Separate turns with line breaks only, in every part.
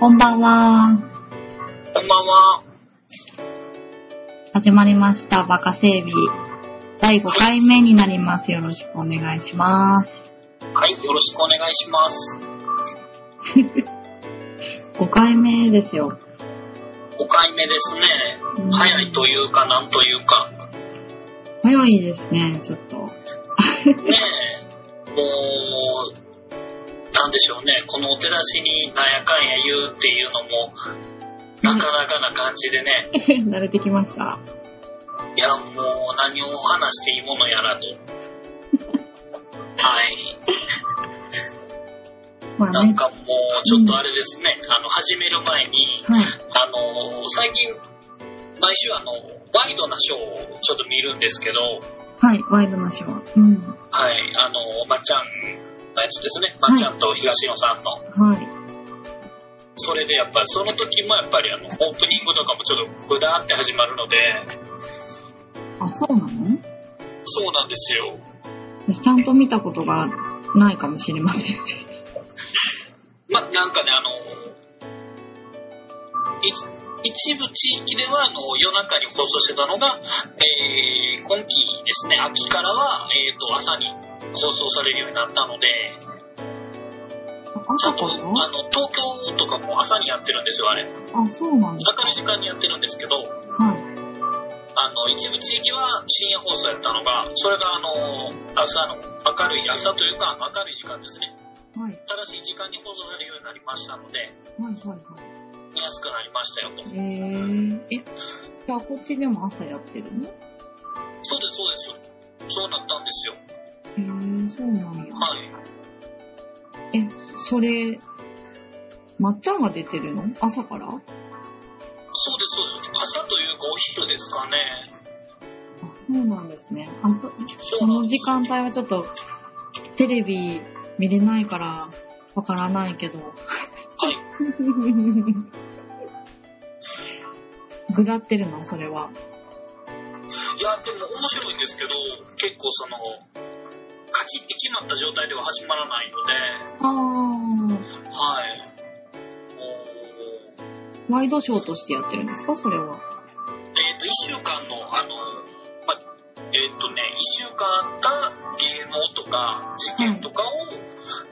こんばんは。
こんばんは。
始まりました。バカ整備。第5回目になります。よろしくお願いします。
はい、よろしくお願いします。
5回目ですよ。
5回目ですね。
うん
早いというか、なんというか。
早いですね、ちょっと。
ねえ、もう、なんでしょうね。このお手出しになんやかんや言うっていうのも、なかなかな感じ でね。
慣れてきました。
いや、もう何を話していいものやらと。はい。
ま
な
あ
ん
ね。
かもう、ちょっとあれですね。あの、始める前に、
はい。
あの、最近、毎週あの、ワイドなショーをちょっと見るんですけど、
はい、ワイドナショー。うん。
はい、あの、まっちゃんのやつですね。まっちゃんと東野さんの。
はい。
それでやっぱり、その時もやっぱりあの、オープニングとかもちょっとぐだーって始まるので、
あ、そうなの
そうなんですよ。
私ちゃんと見たことがないかもしれません。
ま、なんかね、あの、い一部地域ではあの夜中に放送してたのが、えー今期ですね、秋からは、えー、と朝に放送されるようになったので、ち
朝
ゃん
か
とあ
ら
の東京とかも朝にやってるんですよ、あれ。
あ、そうなんです
明るい時間にやってるんですけど、
か。はい。
あの一部地域は深夜放送やったのが、それがあの朝の明るい朝というか、明るい時間ですね、
はい。
正しい時間に放送されるようになりましたので、
はい、はい、はい。
見やすくなりましたよと、
えー、え、じゃあこっちでも朝やってるの
そうです、そうです、そうなったんですよ、
へー、そうなんや。
はい、
え、それ、まっちゃんが出てるの朝からあ、
そうです、そうです、朝というか、お昼ですかね、
そうなんですね。朝、
そ
こ
うな
の
ん
時
です
間帯はちょっと、テレビ見れないから、わからないけど。
はい、
ぐだってるのそれは。
いや、でも面白いんですけど、結構、その、カチッて決まった状態では始まらないので、
あー、
はい、もう
ワイドショーとしてやってるんですかそれは。
えっ、と、一週間の、あの、ま、えっ、とね、一週間あった芸能とか事件とかを、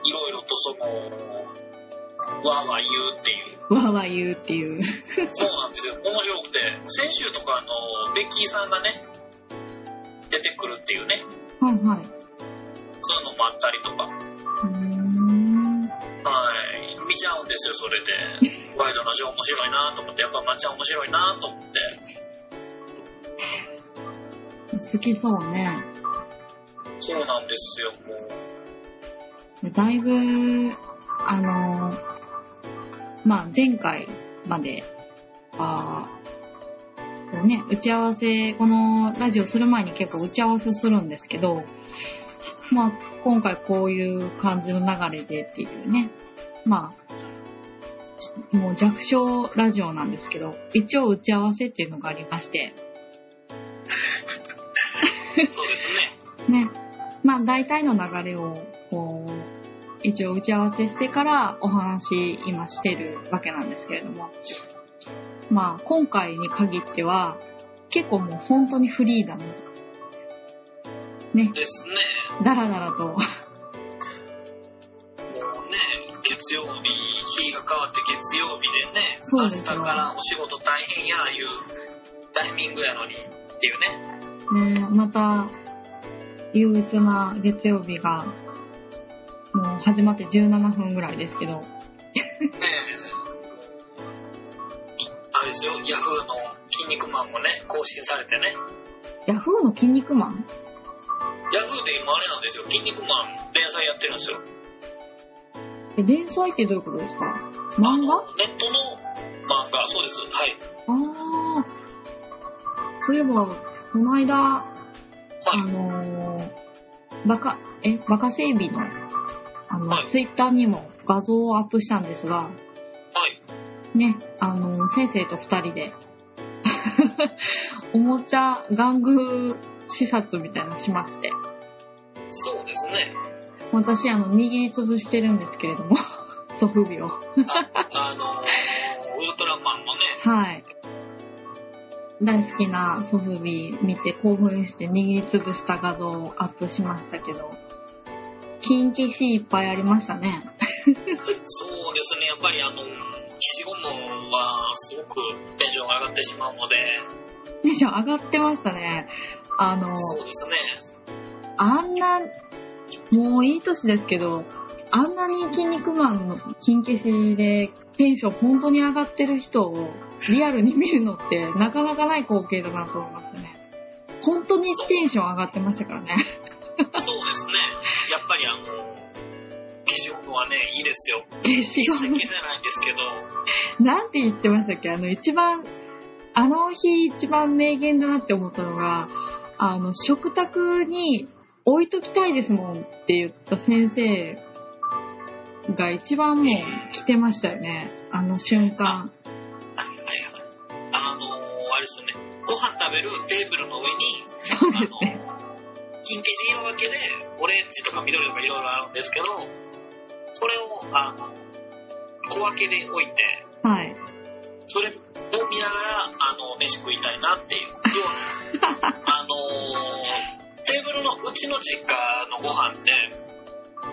いろいろとその、わーわー言うっ ていう。
わーわー言うっていう。
そうなんですよ。面白くて。先週とか、あの、ベッキーさんがね、出てくるっていうね、
はいはい。
そういうのもあったりとか。
うーん。
はい。見ちゃうんですよ、それで。ワイドのジョー面白いなと思って、やっぱまっちゃん面白いなと思って。
好きそうね。
そうなんですよ、もう。
だいぶ、あのーまあ、前回までは、こうね、打ち合わせ、このラジオする前に結構打ち合わせするんですけど、まあ、今回こういう感じの流れでっていうね、まあ、もう弱小ラジオなんですけど、一応打ち合わせっていうのがありまして、
そうですね。
ね。まあ、大体の流れを、こう、一応打ち合わせしてからお話今してるわけなんですけれども。まあ、今回に限っては、結構もう本当にフリーダム。ね、
ですね。
だらだらと。
もうね、月曜日、日が変わって月曜日でね、
そう
明
です
日
よ
からお仕事大変やいうタイミングやのにっていうね。
ね、また、憂鬱な月曜日が、もう始まって17分ぐらいですけど。
ねえあれですよ、ヤフーの筋肉マンもね、更新されてね。
ヤフーの筋肉マン
ヤフーで今あれなんですよ、筋肉マン連載やってるんですよ。
え連載ってどういうことですか漫画
ネットの漫画、そうです。はい。
ああ、そういえば、この間、あ
はい。
のー、バカ、え、バカ整備の、あの、
はい
ツイッターにも画像をアップしたんですが、
はい。
ね、あのー先生と二人で、 おもちゃ玩具視察みたいなのしまして、
そうですね。
私、あの、握りつぶしてるんですけれども、祖父母を。
あのー
大好きなソフビ見て興奮して握りつぶした画像をアップしましたけど、キンキシいっぱいありましたね。
そうですね、やっぱりあの、消しゴムはすごくテンションが上がってしまうので、
テンション上がってましたね。あの、
そうですね。
あんな、もういい年ですけど、あんなに筋肉マンの金消しでテンション本当に上がってる人をリアルに見るのってなかなかない光景だなと思いましたね。本当にテンション上がってましたからね。
そうですね。やっぱりあの、消しゴムはね、いいですよ。
消し
一
ゴ
切
ム。
消せないんですけど、
なんて言ってましたっけあの一番、あの日一番名言だなって思ったのが、あの、食卓に置いときたいですもんって言った先生が一番もう来てましたよね。あの瞬間。
はいはいはい。あの、あれですよね、ご飯食べるテーブルの上に、
そう
あ
です ね。
の、金消し色分けで、オレンジとか緑とかいろいろあるんですけど、それを、あの、小分けで置いて、
はい。
それを見ながら、あの、飯食いたいなっていう。要は、あのーテーブルの、うちの実家のご飯って、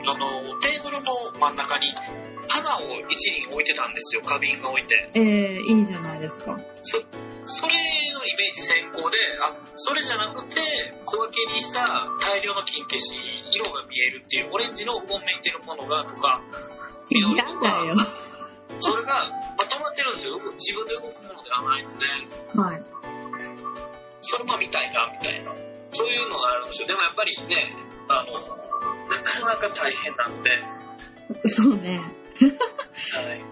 あの、テーブルの真ん中に、花を一輪置いてたんですよ、花瓶が置いて。
えー、いいじゃないですか。
そそれのイメージ先行で、あ、それじゃなくて、小分けにした大量の金消し、色が見えるっていう、オレンジの本命ってるものがとか、
い
緑
や
と
だ
か、
よ。
それが、まとまってるんですよ。自分で動くものではないので。
はい。
それも見たいなみたいなそういうのがあるんですよでもやっぱりねあのなかなか大変なんで、
そうね。
はい、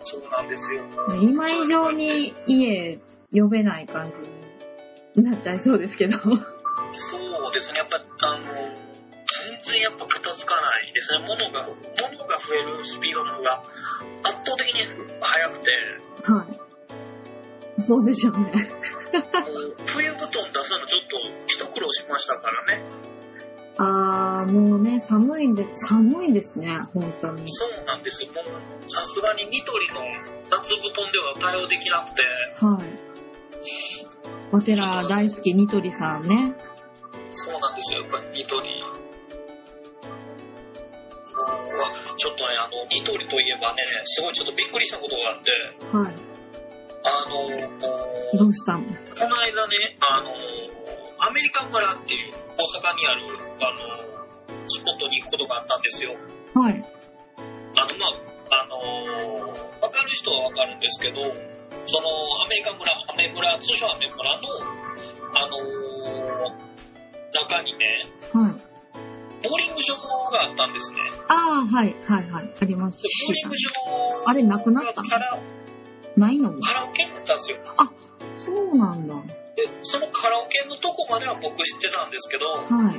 そうなんですよ
今以上に家呼べない感じになっちゃいそうですけど。
そうですねやっぱあの全然やっぱ片付かないですね物が物が増えるスピードの方が圧倒的に速くて
はい。そうですよね。
もう冬布団出すのちょっと一苦労しましたからね
あー、もうね、寒いんで、寒いんですね、本当に。
そうなんですよもうさすがにニトリの夏布団では対応できなくて
はい。お寺大好きニトリさんね。
そうなんですよ、やっぱりニトリ。もうわちょっとね、あの、ニトリといえばね、すごいちょっとびっくりしたことがあって、
はい。
あの、
どうしたの
この間ね、あの、アメリカン村っていう大阪にある、あの、スポットに行くことがあったんですよ。
はい。
あの、まあ、あの、わかる人はわかるんですけど、その、アメリカン村、アメ村、通称アメ村の、あの、中にね、
はい。
ボーリング場があったんですね。
あー、はい、はい、はい。あります。
ボーリング場
あれなくなったの
カラ
ないの
カラオケだったんですよ。
そうなんだ。
で、そのカラオケのとこまでは僕知ってたんですけど、こ
はい。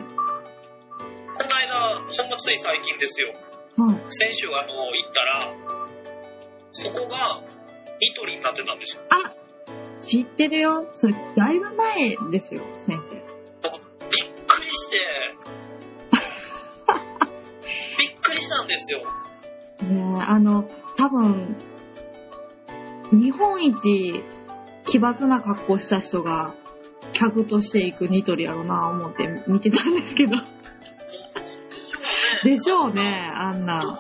の間、そんなつい最近ですよ。
はい。
先週あの、行ったら、そこがニトリになってたんですよ。
知ってるよ。それ、だいぶ前ですよ、先生。
びっく りして、びっくりしたんですよ。
ねえあの、多分、日本一奇抜な格好した人が、客として行くニトリやろな、思って見てたんですけど。でしょうね、あん
どう
な。
なんだろう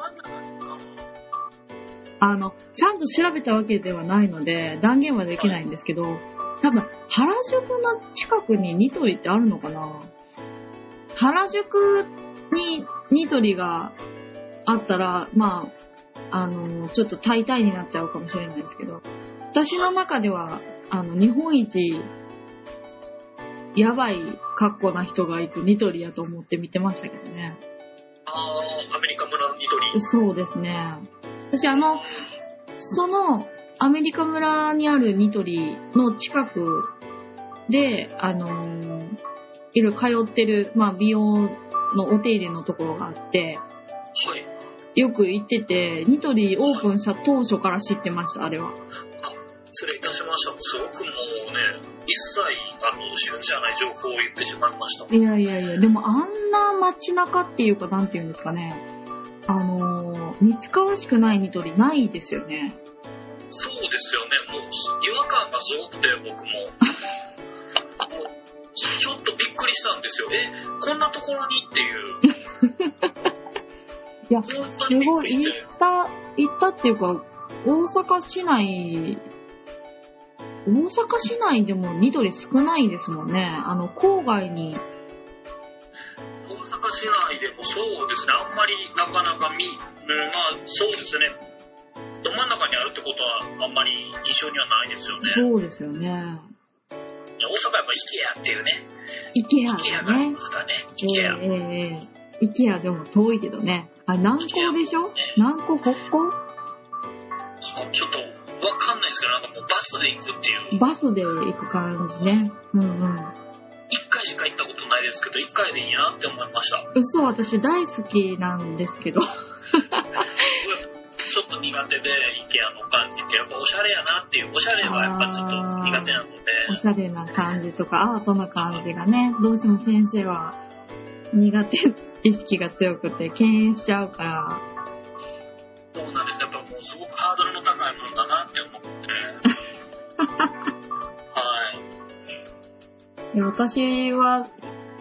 あの、ちゃんと調べたわけではないので、断言はできないんですけど、多分、原宿の近くにニトリってあるのかな原宿にニトリがあったら、まあ、あの、ちょっと大体になっちゃうかもしれないですけど、私の中では、あの、日本一、やばい格好な人が行くニトリやと思って見てましたけどね。
あーアメリカ村のニトリ。
そうですね。私、あの、その、アメリカ村にあるニトリの近くで、あのーいろいろ通ってる、まあ、美容のお手入れのところがあって、
はい。
よく行ってて、ニトリオープンした当初から知ってました、あれは。
失礼いたしました。すごくもうね、一切、あの、旬じゃない情報を言ってしまいました。
いやいやいや、でもあんな街中っていうか、なんていうんですかね。あのー似つかわしくないニトリないですよね。
そうですよね、もう、違和感がすごくて、僕も。たんですよ。え、こんなところにっていう。
いや、
本当
す
にびっ
ご
く
い、
りし
行
て。
った、行ったっていうか、大阪市内、大阪市内でも緑少ないですもんね。あの、郊外に、
大阪市内でもそうですね、あんまりなかなか見、うん、まあそうですね、ど真ん中にあるってことはあんまり印象にはないですよね。
そうですよね。
いや大阪はやっぱ IKEA っていうね、
IKEA
IKEA があ
だ
り
ね
ま。すからね、
ええ
IKEA。
ええええ IKEA でも遠いけどね。あれ、南高でしょ南高、北高
ちょっとわかんないですけど、なんかもうバスで行くっていう、
バスで行く感じね。うんうん。
一回しか行ったことないですけど、一回でいいなって思いました。
嘘、私大好きなんですけど。
ちょっと苦手で、IKEA の感じって、やっぱおしゃれやなっていう、おしゃれはやっぱちょっと苦手なので、
おしゃれな感じとか、アートな感じがね、どうしても先生は苦手意識が強くて敬遠しちゃうから、
そうなんです。やっぱもうすごくハードルの高いものだなって 思って。は
い
い。
や私は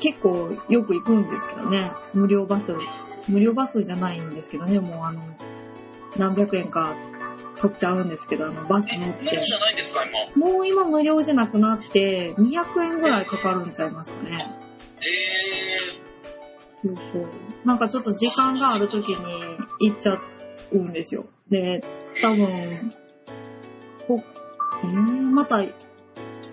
結構よく行くんですけどね、無料バス、無料バスじゃないんですけどね、もうあの、何百円か取っちゃうんですけど、あの、バス
え、
乗っ
無料
て
じ。ゃないんですか、今。
もう今無料じゃなくなって、200円ぐらいかかるんちゃいますかね。
えー、
そうそう。なんかちょっと時間がある時に行っちゃうんですよ。で、多分、こえー、また、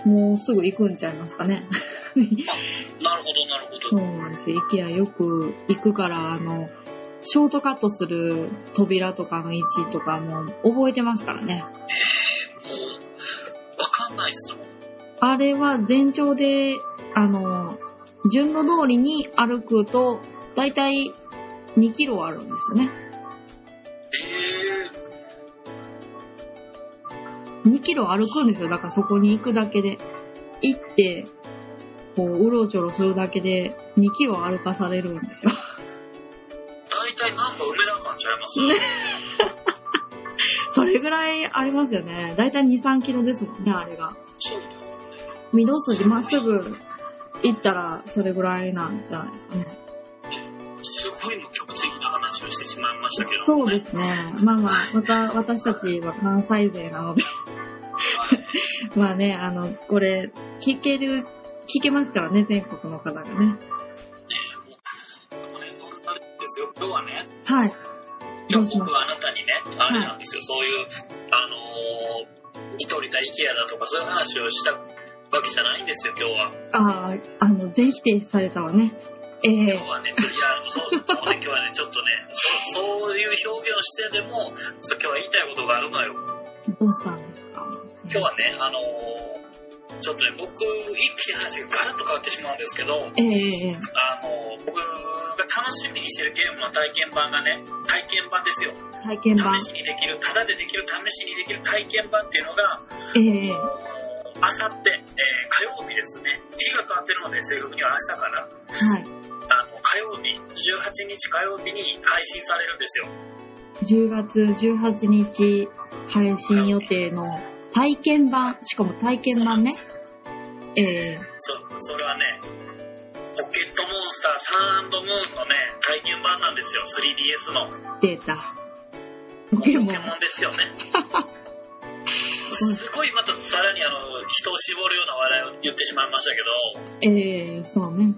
もうすぐ行くんちゃいますかね。
なるほど、なるほ
そ
ど。
うなんですよ。IKEA よく行くから、あの、ショートカットする扉とかの位置とかも覚えてますからね。
もう、わかんないっすもん。
あれは全長で、あの、順路通りに歩くと、だいたい2キロあるんですよね。
えー、
2キロ歩くんですよ。だからそこに行くだけで。行って、こう、うろちょろするだけで、2キロ歩かされるんですよ。
大体なんか梅田感ちゃいます
それぐらいありますよね。だいたい2、3キロですもんね、あれが。
そうですよね。
御堂筋まっすぐ行ったら、それぐらいなんじゃないですかね。
すごいもう局地的な話をしてしまいましたけど、
そうですね。まあまあ、また、私たちは関西勢なので、
はい
まあね、あの、これ、聞ける、聞けますからね、全国の方がね。
ねもうねそんなですよ。今日はね、
はい。どうしま
僕
す
はあなたにね、あれなんですよ、そういう、あのー、一人だ、イケアだとか、そういう話をしたわけじゃないんですよ、今日は。
ああ、あの、全否定されたわね。え
今
え
日はね、いや、そう、もうね、今日は ね、ちょっとね、そそういう表現をしてでも、そう今日は言いたいことがあるのよ。
どうしたんですか
今日はね、あのーちょっとね、僕、一気に話がガラッと変わってしまうんですけど、
ええええ
あのー僕が楽しみにしてるゲームの体験版がね、体験版ですよ。
体験 版。
試しにできる、ただでできる、試しにできる体験版っていうのが、
ええ
あさって、えー火曜日ですね、日が変わってるので、正確には明日から、
はい。
あの火曜日、18日火曜日に配信されるんですよ。
10月18日配信予定の体験版、しかも体験版ね。ええ
そそれはね、ポケットモンスターサンムーンのね、体験版なんですよ、3DS の。
データ。ポケモン。
ですよね。すごいまたさらにあの人を絞るような笑いを言ってしまいましたけど、
ええそうね。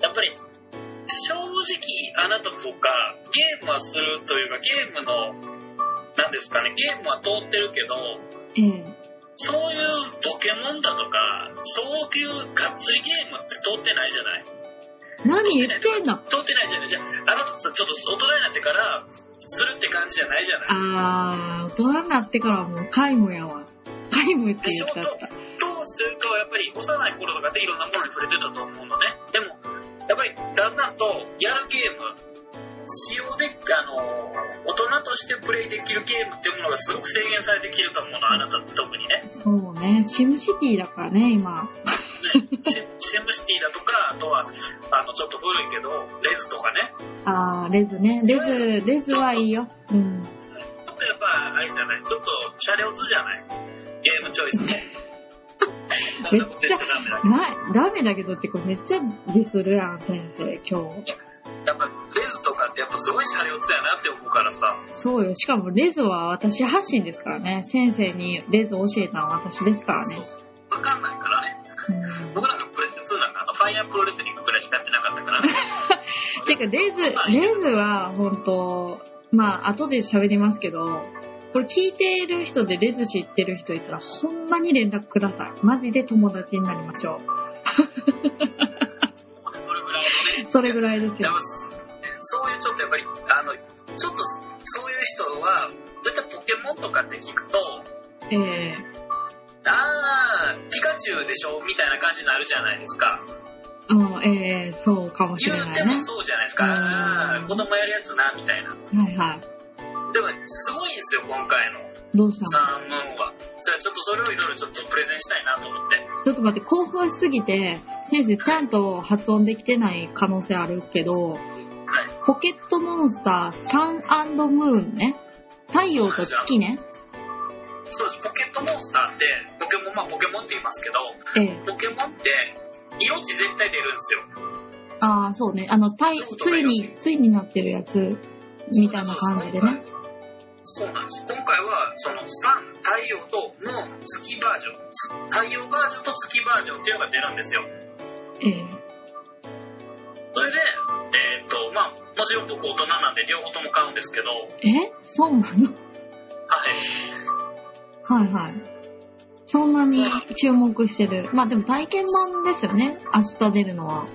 やっぱり正直あなたとかゲームはするというかゲームのなんですかねゲームは通ってるけど
ええ
そういうポケモンだとかそういうがっつりゲームって通ってないじゃない
何言ってんの
通ってないじゃないじゃああなたさちょっと大人になってからするって感じじゃないじゃない
あー、大人になってからもう皆無やわ。皆無って言っちゃった。
当時というかはやっぱり幼い頃とかでいろんなものに触れてたと思うのねでもやっぱりだんだんとやるゲーム使用であの大人としてプレイできるゲームっていうものがすごく制限されてきてると思うのあなたって特にね
そうね。シムシティだからね、今。
ねシシムシティだとかあとはあのちょっと古いけどレズとかね
あー、レズね。レズ、レズはいいよ。うん。
ちょっとやっぱあれじゃないちょっとシャレオツじゃないゲームチョイスねダメだ絶対ダメだけど
ない、ダメだけどってこれめっちゃディスるやん、先生、今日。
やっぱレズとかってやっぱすごいシャレオツやなって思うからさ
そうよ。しかも、レズは私発信ですからね。先生にレズを教えたのは私ですから
そう
ね。
分かんないからね
うん
僕なんかプレス2なんかあのファイアープロレスリングぐらいしかやってなかったからね
てか、レズ、レズは本当まあ、後で喋りますけど、これ聞いてる人でレズ知ってる人いたら、ほんまに連絡ください。マジで友達になりましょ
それぐらいのね
う。それぐらいです
やっ
よ
ぱ。そういうちょっとやっぱりあのちょっとそういう人はそういったポケモンとかって聞くと
ええ
あーピカチュウでしょみたいな感じになるじゃないですか
うん、ええそうかもし
言
れな
う
い
て
ね
も。そうじゃないですか
うん
あー子供やるやつなみたいな
はいはい。
でもすごいんですよ今回の
どうしたの
サームーンはじゃあちょっとそれをいろいろちょっとプレゼンしたいなと思って
ちょっと待って、興奮しすぎて、先生ちゃんと発音できてない可能性あるけど、
はい
ポケットモンスターサンムーンね。太陽と月ね。
そうです、ポケットモンスターって、ポケモン、まあポケモンって言いますけど、
ええ。
ポケモンって、色値絶対出るんですよ。
ああ、そうね。あの、太
そう
ついに、ついになってるやつ、みたいな感じでね。
そうなんです。今回は、その、サン、太陽とムーン、月バージョン、つ太陽バージョンと月バージョンっていうのが出るんですよ。
ええ。
それで、えーっと、まあ、もちろん僕大人なんで両方とも買うんですけど、はい。
えそうなのはいはい。そんなに注目してる。まあでも体験版ですよね。明日出るのは。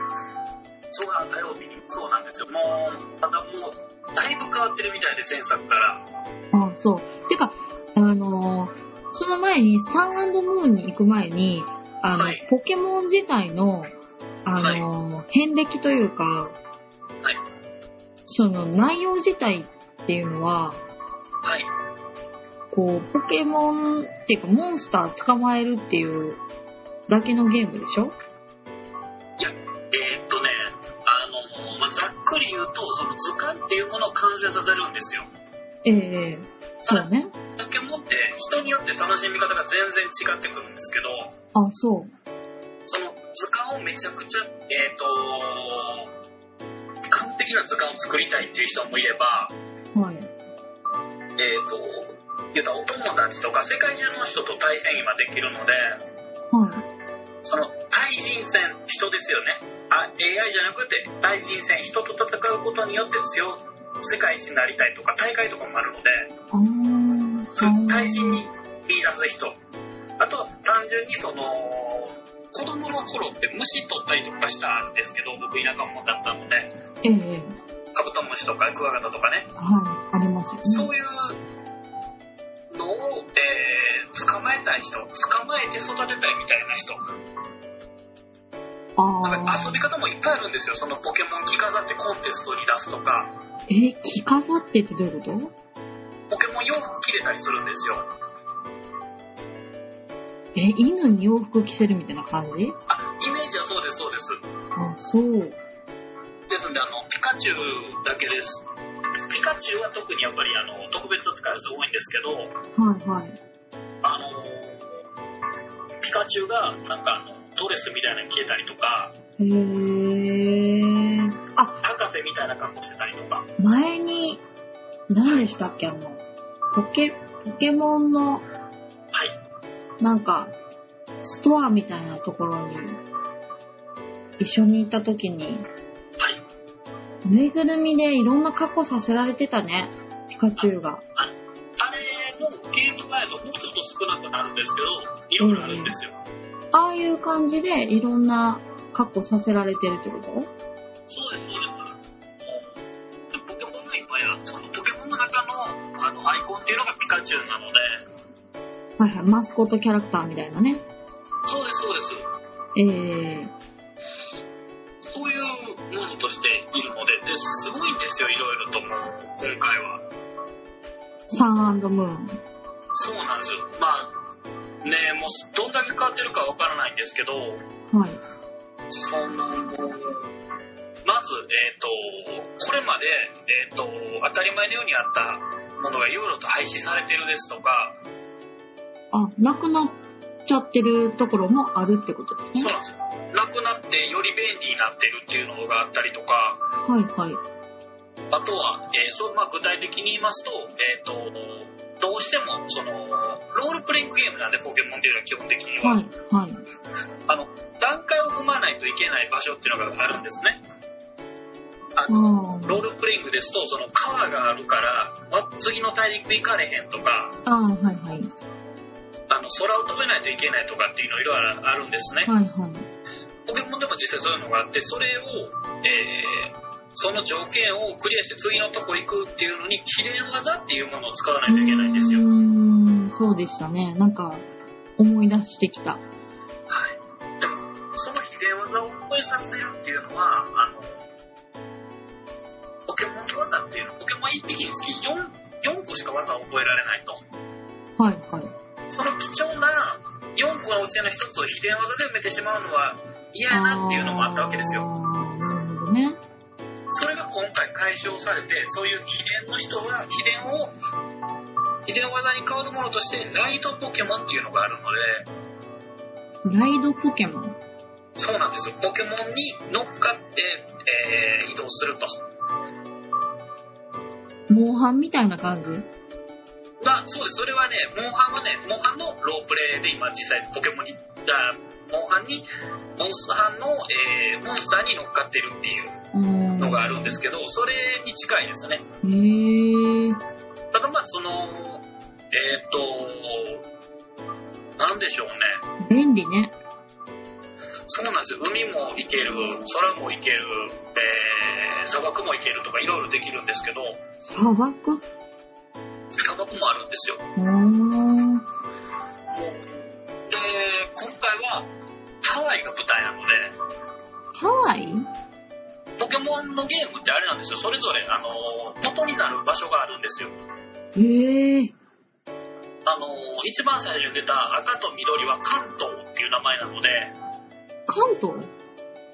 そうなん火曜日に、そうなんですよ。もう、まだもう、だいぶ変わってるみたいで、前作から。
あそう。てか、あのーその前に、サンムーンに行く前に、あの、
はい
ポケモン自体の、あのー遍歴というか、
い
その内容自体っていうのは、
はい。
こう、ポケモンっていうか、モンスター捕まえるっていうだけのゲームでしょ
えーっとね、あの、まあ、ざっくり言うと、その図鑑っていうものを完成させるんですよ。
ええそうね。
ポケモンって人によって楽しみ方が全然違ってくるんですけ
あ、
ど、
そう。
その図鑑をめちゃくちゃ、えーっと、完璧な図鑑を作りたいっていう人もいれば、
はい。
えーっと、言うたらお友達とか世界中の人と対戦今できるので、
はい。
その対人戦、人ですよね。あ AI じゃなくて対人戦、人と戦うことによって強世界一になりたいとか大会とかもあるので、
あー、そう。
対人に見出す人あとは単純にその子供の頃って虫取ったりとかしたんですけど僕田舎者だったので
ええ
カブトムシとかクワガタとかね、
はい。ありますよね。
そういうのを、えー捕まえたい人捕まえて育てたいみたいな人なん
あ
か
ー
遊び方もいっぱいあるんですよそのポケモン着飾ってコンテストに出すとか
えー、着飾ってってどういうこと
ポケモン洋服着れたりするんですよ
えー、犬に洋服着せるみたいな感じ
あイメージはそうですそうです
あ、そう。
ですんであのピカチュウだけですピカチュウは特にやっぱりあの特別扱いが多いんですけど
はいはい。
あのーピカチュウがなんかあのドレスみたいなの着てたりとか
えー、あ、
博士みたいな格好してたりとか
前に、何でしたっけあの、ポケ、ポケモンの、
はい
なんか、ストアみたいなところに、一緒に行った時に、
はい
ぬいぐるみでいろんな格好させられてたね。ピカチュウが。
あれもゲーム前ともうちょっと少なくなるんですけどいろいろあるんですよ、
ああいう感じでいろんな格好させられてるってこと
そうですそうですもうポケモンが今やそのポケモンの中のあのアイコンっていうのがピカチュウなので
はいはい。マスコットキャラクターみたいなね。
そうですそうです
ええ
そういうものとしているので、で、すごいんですよ、いろいろとも、今回は。
サンムーン。
そうなんですよ。まあ、ねもう、どんだけ変わってるかわからないんですけど、
はい。
その、まず、えっ、と、これまで、えっ、と、当たり前のようにあったものがいろいろと廃止されてるですとか、
あ、なくなっちゃってるところもあるってことですね
そう。なんですよ。なくなってより便利になってるっていうのがあったりとか、
はいはい。
あとは、えーそうまあ、具体的に言いますと、えー、とどうしてもそのロールプレイングゲームなんでポケモンっていうのは基本的には、
はいはい。
あの段階を踏まないといけない場所っていうのがあるんですね。あの
あ
ロー
ー
ルプレイングですとその川があるからわ次の大陸行かれへんとか
あー、はいはい。
あの空を飛べないといけないとかっていうのいろいろあるんですね。
はいはい。
ポケモンでも実際そういうのがあってそれを、えーその条件をクリアして次のとこ行くっていうのに綺麗技っていうものを使わないといけないんですよ
う。ーん、そうでしたね。なんか、思い出してきた。
はい、でもその秘伝技を覚えさせるっていうのはあのポケモンの技っていうのポケモン1匹につき 4, 4個しか技を覚えられないと
はいはい。
その貴重な4個のうちの1つを秘伝技で埋めてしまうのは嫌やなっていうのもあったわけですよ
あーなるほどね。
それが今回解消されてそういう秘伝の人は秘伝を秘伝技に変わるものとしてライトポケモンっていうのがあるので
ライドポケモン。
そうなんですよ。ポケモンに乗っかって、えー移動すると。
モンハンみたいな感じ
まあ、そうです。それはね、モンハンはね、モンハンのロープレイで今実際ポケモンに、あモンハンに、モンスターの、えーモンスターに乗っかってるっていうの
の
があるんですけど、それに近いですね。
へー。
ただまあ、その、えっ、と、なんでしょうね。
便利ね。
そうなんですよ。海も行ける、空も行ける、えー砂漠も行けるとかいろいろできるんですけど、
砂漠う
砂漠もあるんですよ。
ーん。
で、今回はハワイが舞台なので、
ハワイ
ポケモンのゲームってあれなんですよ、それぞれ、あの、元になる場所があるんですよ。
へー。
あの、一番最初に出た赤と緑は関東っていう名前なので、
関東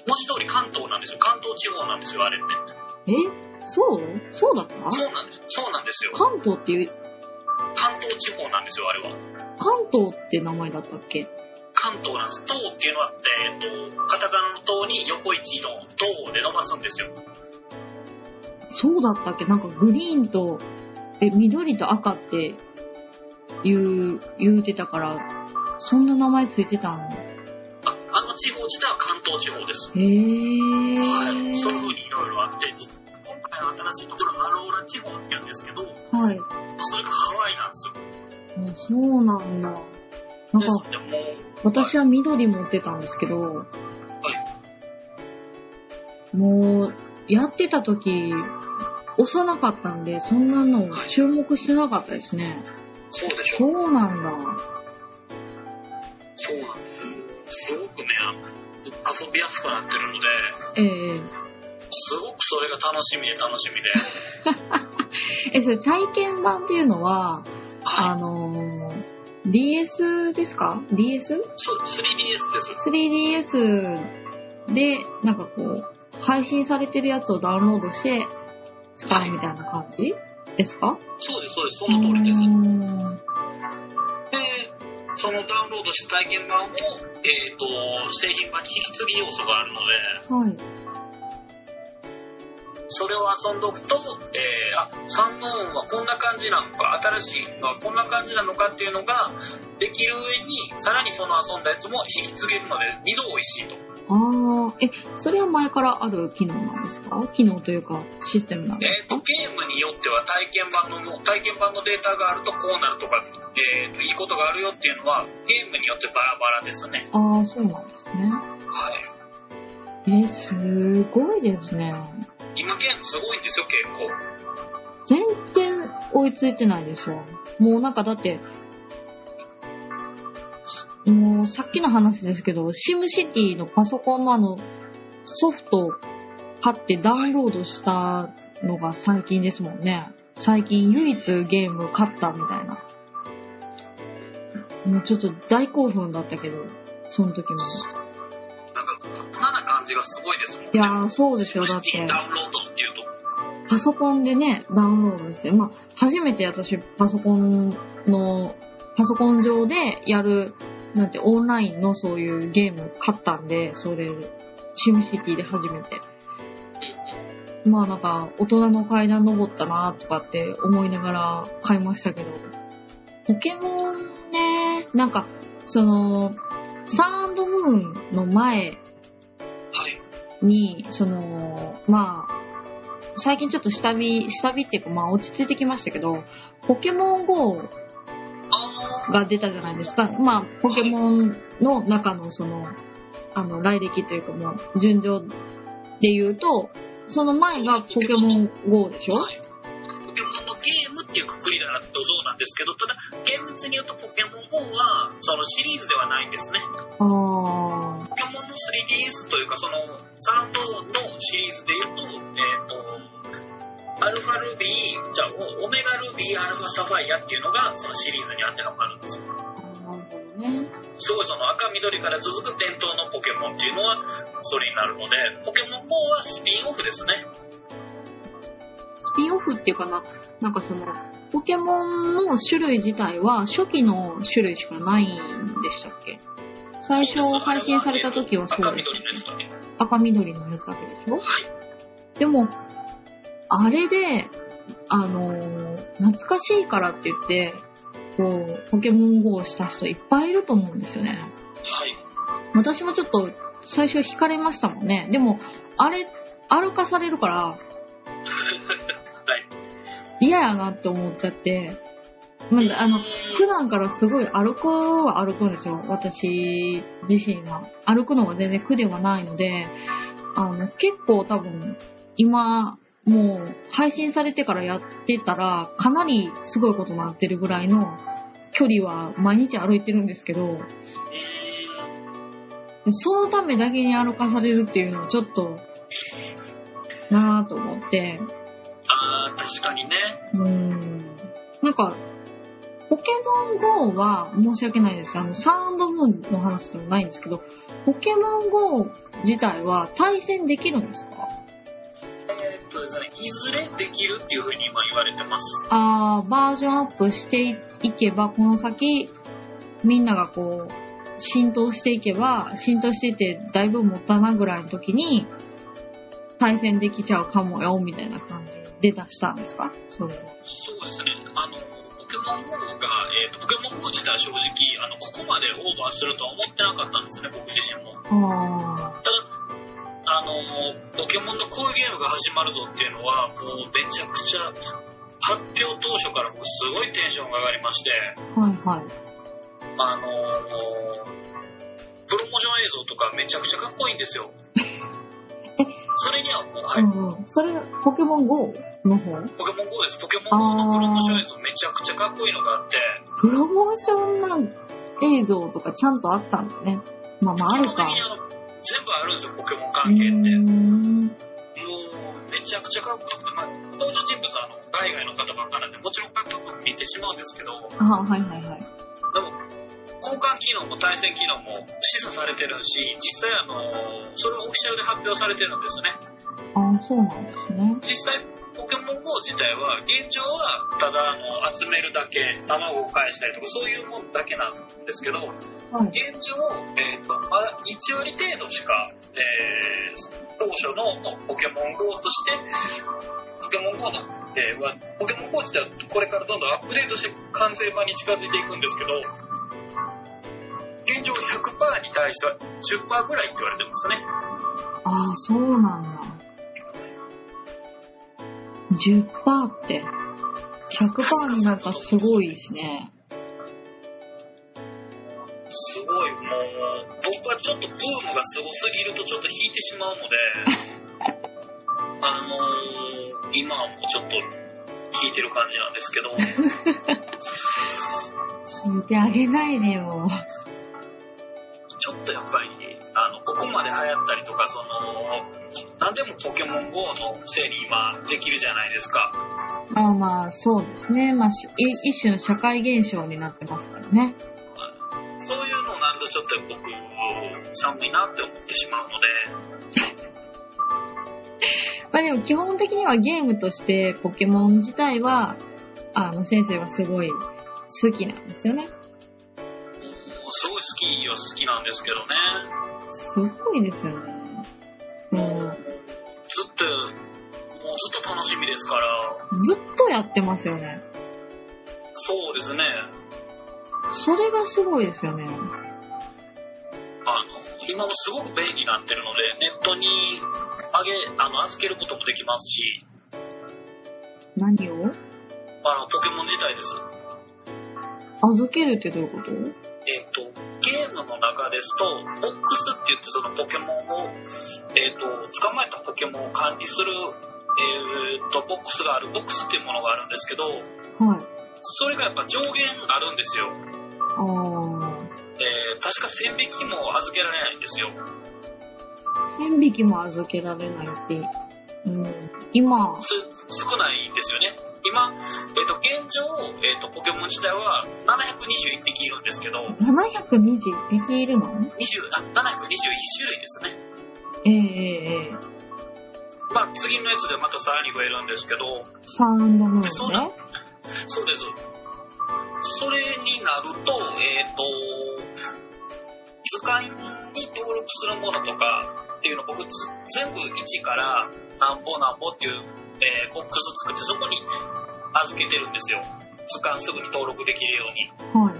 文字通り関東なんですよ、関東地方なんですよ、あれって。
えそうそうだった
そうなんです、そうなんですよ。
関東っていう、
関東地方なんですよ、あれは。
関東って名前だったっけ
関東なんです。東っていうのは、えっと、カタカナの東に横一の東で伸ばすんですよ。
そうだったっけなんかグリーンと、え、緑と赤って言う、言うてたから、そんな名前ついてたんへ
ああの地方自体は関東地方です。
ー。
はい、そういう風にいろいろあって、今回の新しいところはアローラ地方って言うんですけど、
はい。
それがハワイなんですよ。
あそうなんだ。なんか、
ですので、もう、
私は緑持ってたんですけど、もう、やってた時、幼かったんで、そんなの注目してなかったですね。
そうでし
そ
ょう。
うなんだ。
そうなんですよ。すごくね、あの遊びやすくなってるの
え
で、
え
すごくそれが楽しみで楽しみで。
え、それ体験版っていうのは、
は
あ
い。
のー DS ですか ?DS?3DS
そう、3DS です。
で、なんかこう、配信されてるやつをダウンロードして使うみたいな感じですか
そうです、そうです。その通りです
うー。ん
で、そのダウンロードした体験版も、えっ、と、製品版に引き継ぎ要素があるので、
はい。
それを遊んどくと、えーあ三音はこんな感じなのか新しいのはこんな感じなのかっていうのができる上にさらにその遊んだやつも引き継げるので二度美味しいと
ああ、え、それは前からある機能なんですか機能というか、システムなんで
え
す
ーと
か、
ゲームによっては体験版の体験版のデータがあるとこうなるとか、えーといいことがあるよっていうのはゲームによってバラバラですね
ああ、そうなんですね。
はい
え、すごいですね。
今ゲームすごいんですよ結構
全然追いついてないでしょ。もうなんかだって、もうさっきの話ですけど、シムシティのパソコンのあの、ソフトを買ってダウンロードしたのが最近ですもんね。最近唯一ゲーム買ったみたいな。もうちょっと大興奮だったけど、その時も。
なんか大人な感じがすごいですもんね
いやー、そうですよ、だっ
シテ
て。
ィダウンロードっていうと
パソコンでね、ダウンロードして、まあ、初めて私、パソコンの、パソコン上でやるなんて、オンラインのそういうゲームを買ったんで、それ、シムシティで初めて。まあなんか、大人の階段登ったなとかって思いながら買いましたけど、ポケモンね、なんか、その、サンドムーンの前
はい。
に、その、まあ、最近ちょっと下火、下火っていうかまあ落ち着いてきましたけど、ポケモン GO
あ
が出たじゃないですか。まあ、ポケモンの中のその、あの、来歴というかもう、順序で言うと、その前がポケモン GO でし
ー
ょ
はい。ポケモンのゲームっていうくくりだとそうなんですけど、ただ、厳密に言うとポケモン GO は、そのシリーズではないんですね。
あ
ポケモンの 3DS というか、その、サンドのシリーズで言うと、えっ、と、アルファルビー、じゃあ、オメガルビー、アルファサファイアっていうのが、そのシリーズに当てはまるんですよ。
ー。なるほどね。
すごいその赤緑から続く伝統のポケモンっていうのは、それになるので、ポケモン GO はスピンオフですね。
スピンオフっていうかな、なんかその、ポケモンの種類自体は初期の種類しかないんでしたっけ最初配信された時はそ
赤
うです。
緑のやつだけ。はい。
赤緑のやつだけでしょでも、あれで、あのー懐かしいからって言って、こう、ポケモン GO をした人いっぱいいると思うんですよね。
はい。
私もちょっと最初惹かれましたもんね。でも、あれ、歩かされるから、嫌やなって思っちゃって、まあ、あの、普段からすごい歩くは歩くんですよ。私自身は。歩くのが全然苦ではないので、あの、結構多分、今、もう、配信されてからやってたら、かなりすごいことになってるぐらいの距離は毎日歩いてるんですけど、
う
そのためだけに歩かされるっていうのはちょっと、なぁと思って、
ーんあー、確かにね。
うーんなんか、ポケモン GO は申し訳ないです。あの、サンドムーンの話でもないんですけど、ポケモン GO 自体は対戦できるんですか
えーっとですね、いずれできるっていうふうに今言われてます。
あー、バージョンアップしていけば、この先、みんながこう、浸透していけば、浸透していて、だいぶ持ったなぐらいの時に、対戦できちゃうかもよ、みたいな感じで出したんですかそれは。
そうですね、あの、ポケモン GO が、えーっと、ポケモン GO 自体は正直、あの、ここまでオーバーするとは思ってなかったんですね、僕自身も。
あ
ただ、あの、ポケモンのこういうゲームが始まるぞっていうのは、もうめちゃくちゃ、発表当初から僕すごいテンションが上がりまして、
ー、はいはい。
あの、プロモーション映像とかめちゃくちゃかっこいいんで すよ。それにはもう、は
う
い、
んうん。それ、ポケモン GO の方
ポケモン GO です。ポケモン GO のプロモーション映像めちゃくちゃかっこいいのがあって、
プロモーションなん映像とかちゃんとあったんだね。まあまああ
基
る
本的
か。
にあの全部あるんですよ、ポケモン
う
関係
ー
って。
ん。
もう、めちゃくちゃかっこよくて、まあ、登場人物はあの海外の方ばっかなんで、もちろんかっこよく見てしまうんですけど、でも、
あはいはいはい。
交換機能も対戦機能も示唆されてるし、実際あの、それはオフィシャルで発表されてるんですよね。
ああ、そうなんですね。
実際、ポケモン GO 自体は、現状は、ただ、あの、集めるだけ、卵を返したりとか、そういうもんだけなんですけど、
はい。
現状、えーとまだ1割程度しか、えー当初のポケモン GO としてポケモン GO の、えーはポケモン GO 自体はこれからどんどんアップデートして完成版に近づいていくんですけど現状100%に対しては10%ぐらいって言われてますね
ああ、そうなんだ。10%って、100%になったらすごいですね。
すごいもう僕はちょっとブームがすごすぎるとちょっと引いてしまうのであのー今はもうちょっと引いてる感じなんですけど
聞いてあげないでよ。
ちょっとやっぱり、あの、ここまで流行ったりとか、その、何でもポケモン GO のせいに今できるじゃないですか。
まあまあ、そうですね。まあ、しい一種の社会現象になってますからね。
そういうのをなんとちょっと僕、寒いなって思ってしまうので、
まあでも基本的にはゲームとしてポケモン自体は、あの先生はすごい好きなんですよね。
すごいスキーは好きなんですけどね。
すごいですよね。も
ずっと、もうずっと楽しみですから、
う、ずっとやってますよね。
そうですね。
それがすごいですよね。
あの、今もすごく便利になってるので、ネットにあげ、あの、預けることもできますし、
何を
あの、ポケモン自体です。
預けるってどういうこと
えっ、と、ゲームの中ですと、ボックスって言ってそのポケモンを、えっ、と、捕まえたポケモンを管理する、えっ、と、ボックスがある、ボックスっていうものがあるんですけど、
はい。
それがやっぱ上限があるんですよ。
あ
えー確か1000匹も預けられないんですよ。
あ、千匹も預けられないって。うん、今、
す少ないんですよね。今、えっ、と、現状、えっ、と、ポケモン自体は721匹いるんですけど、20、
721匹いるの
あ、721種類ですね。
ええええええ
まあ、次のやつでまたさらに増えるんですけど、
サウンドムーンね。
そうだそうです。それになると、えっ、と、図鑑に登録するものとかっていうの、僕、つ全部1からなんぼなんぼっていう、えーボックス作って、そこに預けてるんですよ。図鑑すぐに登録できるように。
はい。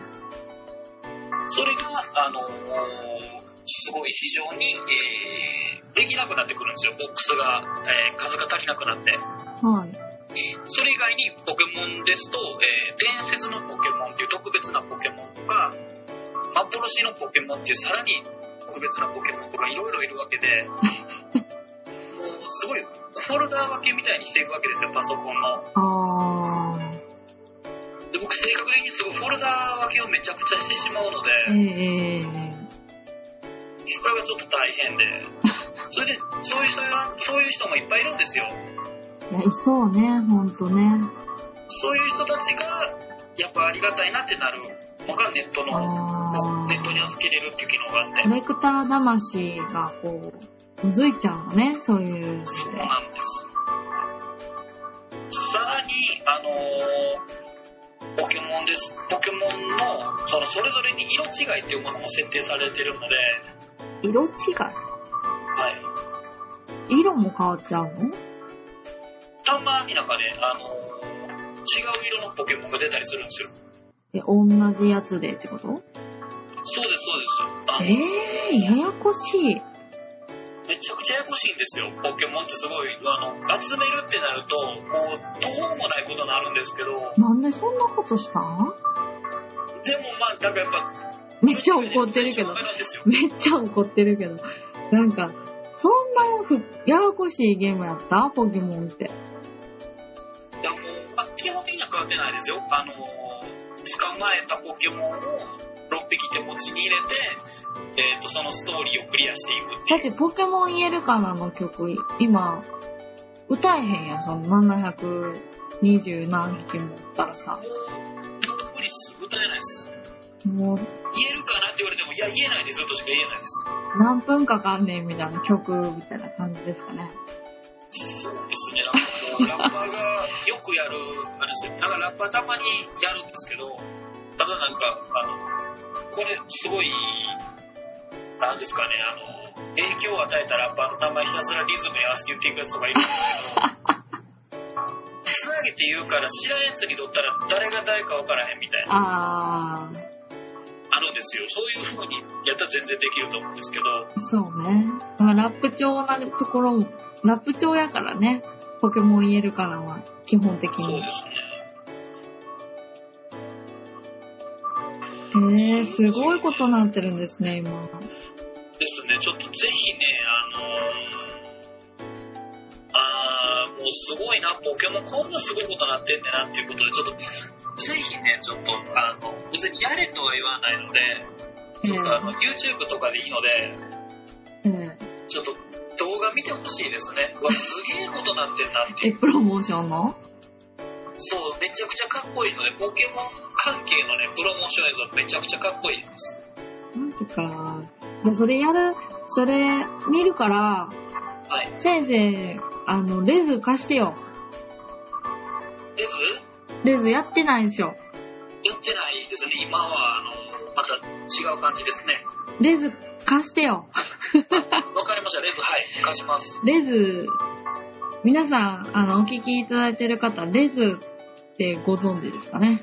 それが、あのーすごい非常に、えーできなくなってくるんですよ。ボックスが、えー数が足りなくなって。
はい。
それ以外にポケモンですと、えー伝説のポケモンっていう特別なポケモンとか、幻のポケモンっていうさらに特別なポケモンとかいろいろいるわけで、もうすごいフォルダー分けみたいにしていくわけですよ、パソコンの。
ああ、
で、僕正確にすごいフォルダー分けをめちゃくちゃしてしまうので、
えええええ
それがちょっと大変で。それで、そういう人が、そういう人もいっぱいいるんですよ。
えいや、いそうね、ほんとね。
そういう人たちが、やっぱありがたいなってなるのがネットの
あ
ネットに
あ、
預けれるっていう機能があって
コ。レクター魂がこう、むずいちゃうのね、そういうので。
そうなんです。さらに、あのーポケモンです。ポケモンの、その、それぞれに色違いっていうものも設定されてるので、
色違い
はい。
色も変わっちゃうの
たまになんかね、あのー違う色のポケモンが出たりするんですよ。
え、同じやつでってこと
そうです、そうです。あの
ええややこしい。
めちゃくちゃややこしいんですよ。ポケモンってすごい、あの、集めるってなると、もう、途方もないことになるんですけど、
なんでそんなことしたん
でもまあ、だからやっぱ、
めっちゃ怒ってるけど
しょう。がないんですよ
めっちゃ怒ってるけど。なんか、そんなふ、ややこしいゲームやったポケモンって。
いやもう、まあ、基本的には変わってないですよ。あのー捕まえたポケモンを6匹手持ちに入れて、えっ、と、そのストーリーをクリアしていくって
だっ
い
て
う。
ポケモン言えるかなの曲、今、歌えへんやん、その720何匹もおったらさ。
もう、無理っす。歌えないです。
もう、
言えるかなって言われても、いや、言えないですよとしか言えないで
何分かかんねんみたいな曲、みたいな感じですかね。
す。そうですね。ラッパーがよくやる、あれですよ。だからラッパーたまにやるんですけど、ただなんか、あの、これ、すごい、なんですかね、あの、影響を与えたラッパーの名前ひたすらリズムに合わせて言っていくやつとかいるんですけど、つなげて言うから知らんやつにとったら誰が誰か分からへんみたいな
あ
あるんですよそういう風にやったら全然できると思うんですけど
ー、そうね。まあラップ調なところも、ラップ調やからね、ポケモン言えるかなは、基本的
そう
に
で。すね
へえー、すごいことになってるんですね、今。
ですねちょっとぜひねあのーあーもうすごいなポケモンこんなすごいことなってんねんなっていうことでちょっとぜひねちょっとあの別にやれとは言わないので
え
ちょっとあの YouTube とかでいいの
ええ
でちょっと動画見てほしいですねうわすげえことなってんなって
え
い
え
う
プロモーションの
そう、めちゃくちゃかっこいいので、ポケモン関係のね、プロモーション映像めちゃくちゃかっこいいです。
マジか。じゃあそれやる、それ見るから、
はい。
先生、あの、レズ貸してよ。
です
レズやってないんすよ。
やっってないですね。今は、あの、また違う感じですね。
レズ、貸してよ。
わかりました、レズ。はい、貸します。
レズ、皆さん、あの、お聞きいただいてる方、レズってご存知ですかね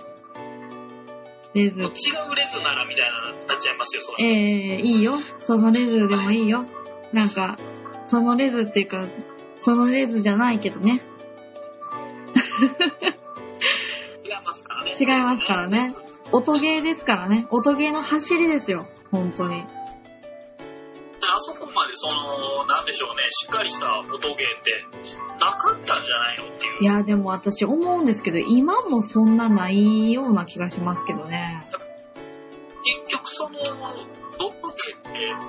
レズ
違、うレズならみたいななっちゃいますよ、そ
えー、
れ。
いいよ。そのレズでもいいよ。なんか、そのレズっていうか、そのレズじゃないけどね。
違いますからね。
違いますからね音ゲーですからね。音ゲーの走りですよ。本当に。
あそこまでその、なんでしょうね、しっかりした音ゲーって、なかったんじゃないのっていう。
いや、でも私思うんですけど、今もそんなないような気がしますけどね。
結局その、ロック系って、区分はもう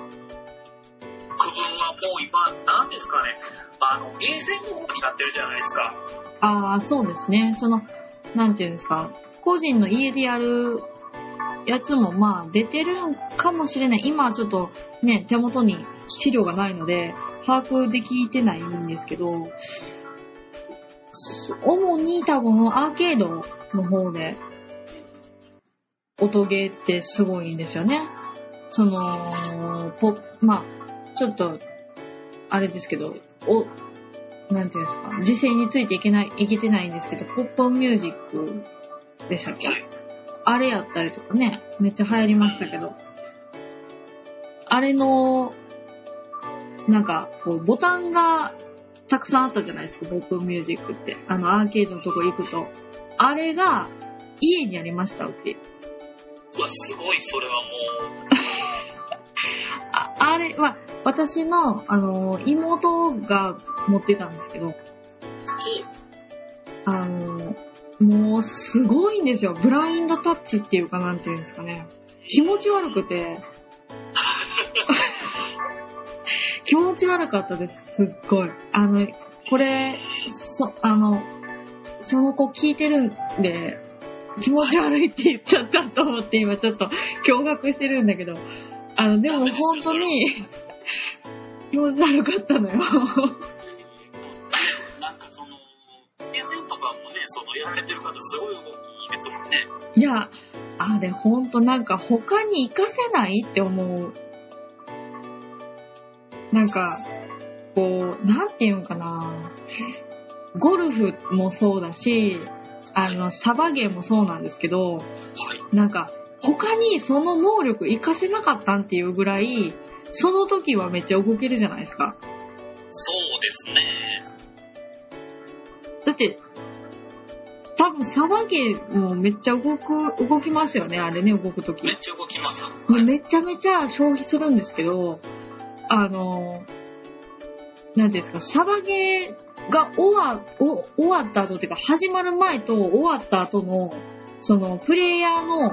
今、なんですかね、あの、ゲーセンの方になってるじゃないですか。
ああ、そうですね。その、なんていうんですか、個人の家でやるやつもまあ出てるんかもしれない。今はちょっとね、手元に資料がないので、把握できてないんですけど、す主に多分アーケードの方で、音ゲーってすごいんですよね。その、ポまあ、ちょっと、あれですけど、お、なんていうんですか、時勢についていけない、いけてないんですけど、ポップミュージックでしたっけあれやったりとかね、めっちゃ流行りましたけど、あれの、なんか、こう、ボタンがたくさんあったじゃないですか、ポップミュージックって。あの、アーケードのとこ行くと。あれが、家にありました、うち。
うわ、すごい、それはもう、
ああれは、私の、あの、妹が持ってたんですけど、あの、もうすごいんですよ。ブラインドタッチっていうかなんていうんですかね。気持ち悪くて。 気持ち悪かったです。すっごい。あの、これ、そ、あの、その子聞いてるんで、気持ち悪いって言っちゃったと思って今ちょっと驚愕してるんだけど、あの、でも本当に気持ち悪かったのよ。
なんかその、ゲーセンとかもね、その、やっててる方、すごい動きですもんね。
いや、あれほんとなんか他に活かせないって思う。なんか、こう、なんていうんかな。ゴルフもそうだし、あの、サバゲーもそうなんですけど、
はい。
なんか、他にその能力活かせなかったんっていうぐらい、その時はめっちゃ動けるじゃないですか。
そうですね。
だって、多分サバゲーもめっちゃ動く、動きますよね、あれね、動く時
めっちゃ動きます。はい。
これめちゃめちゃ消費するんですけど、あの、なんていうんですか、サバゲーが終わ、お終わった後っていうか、始まる前と終わった後の、その、プレイヤーの、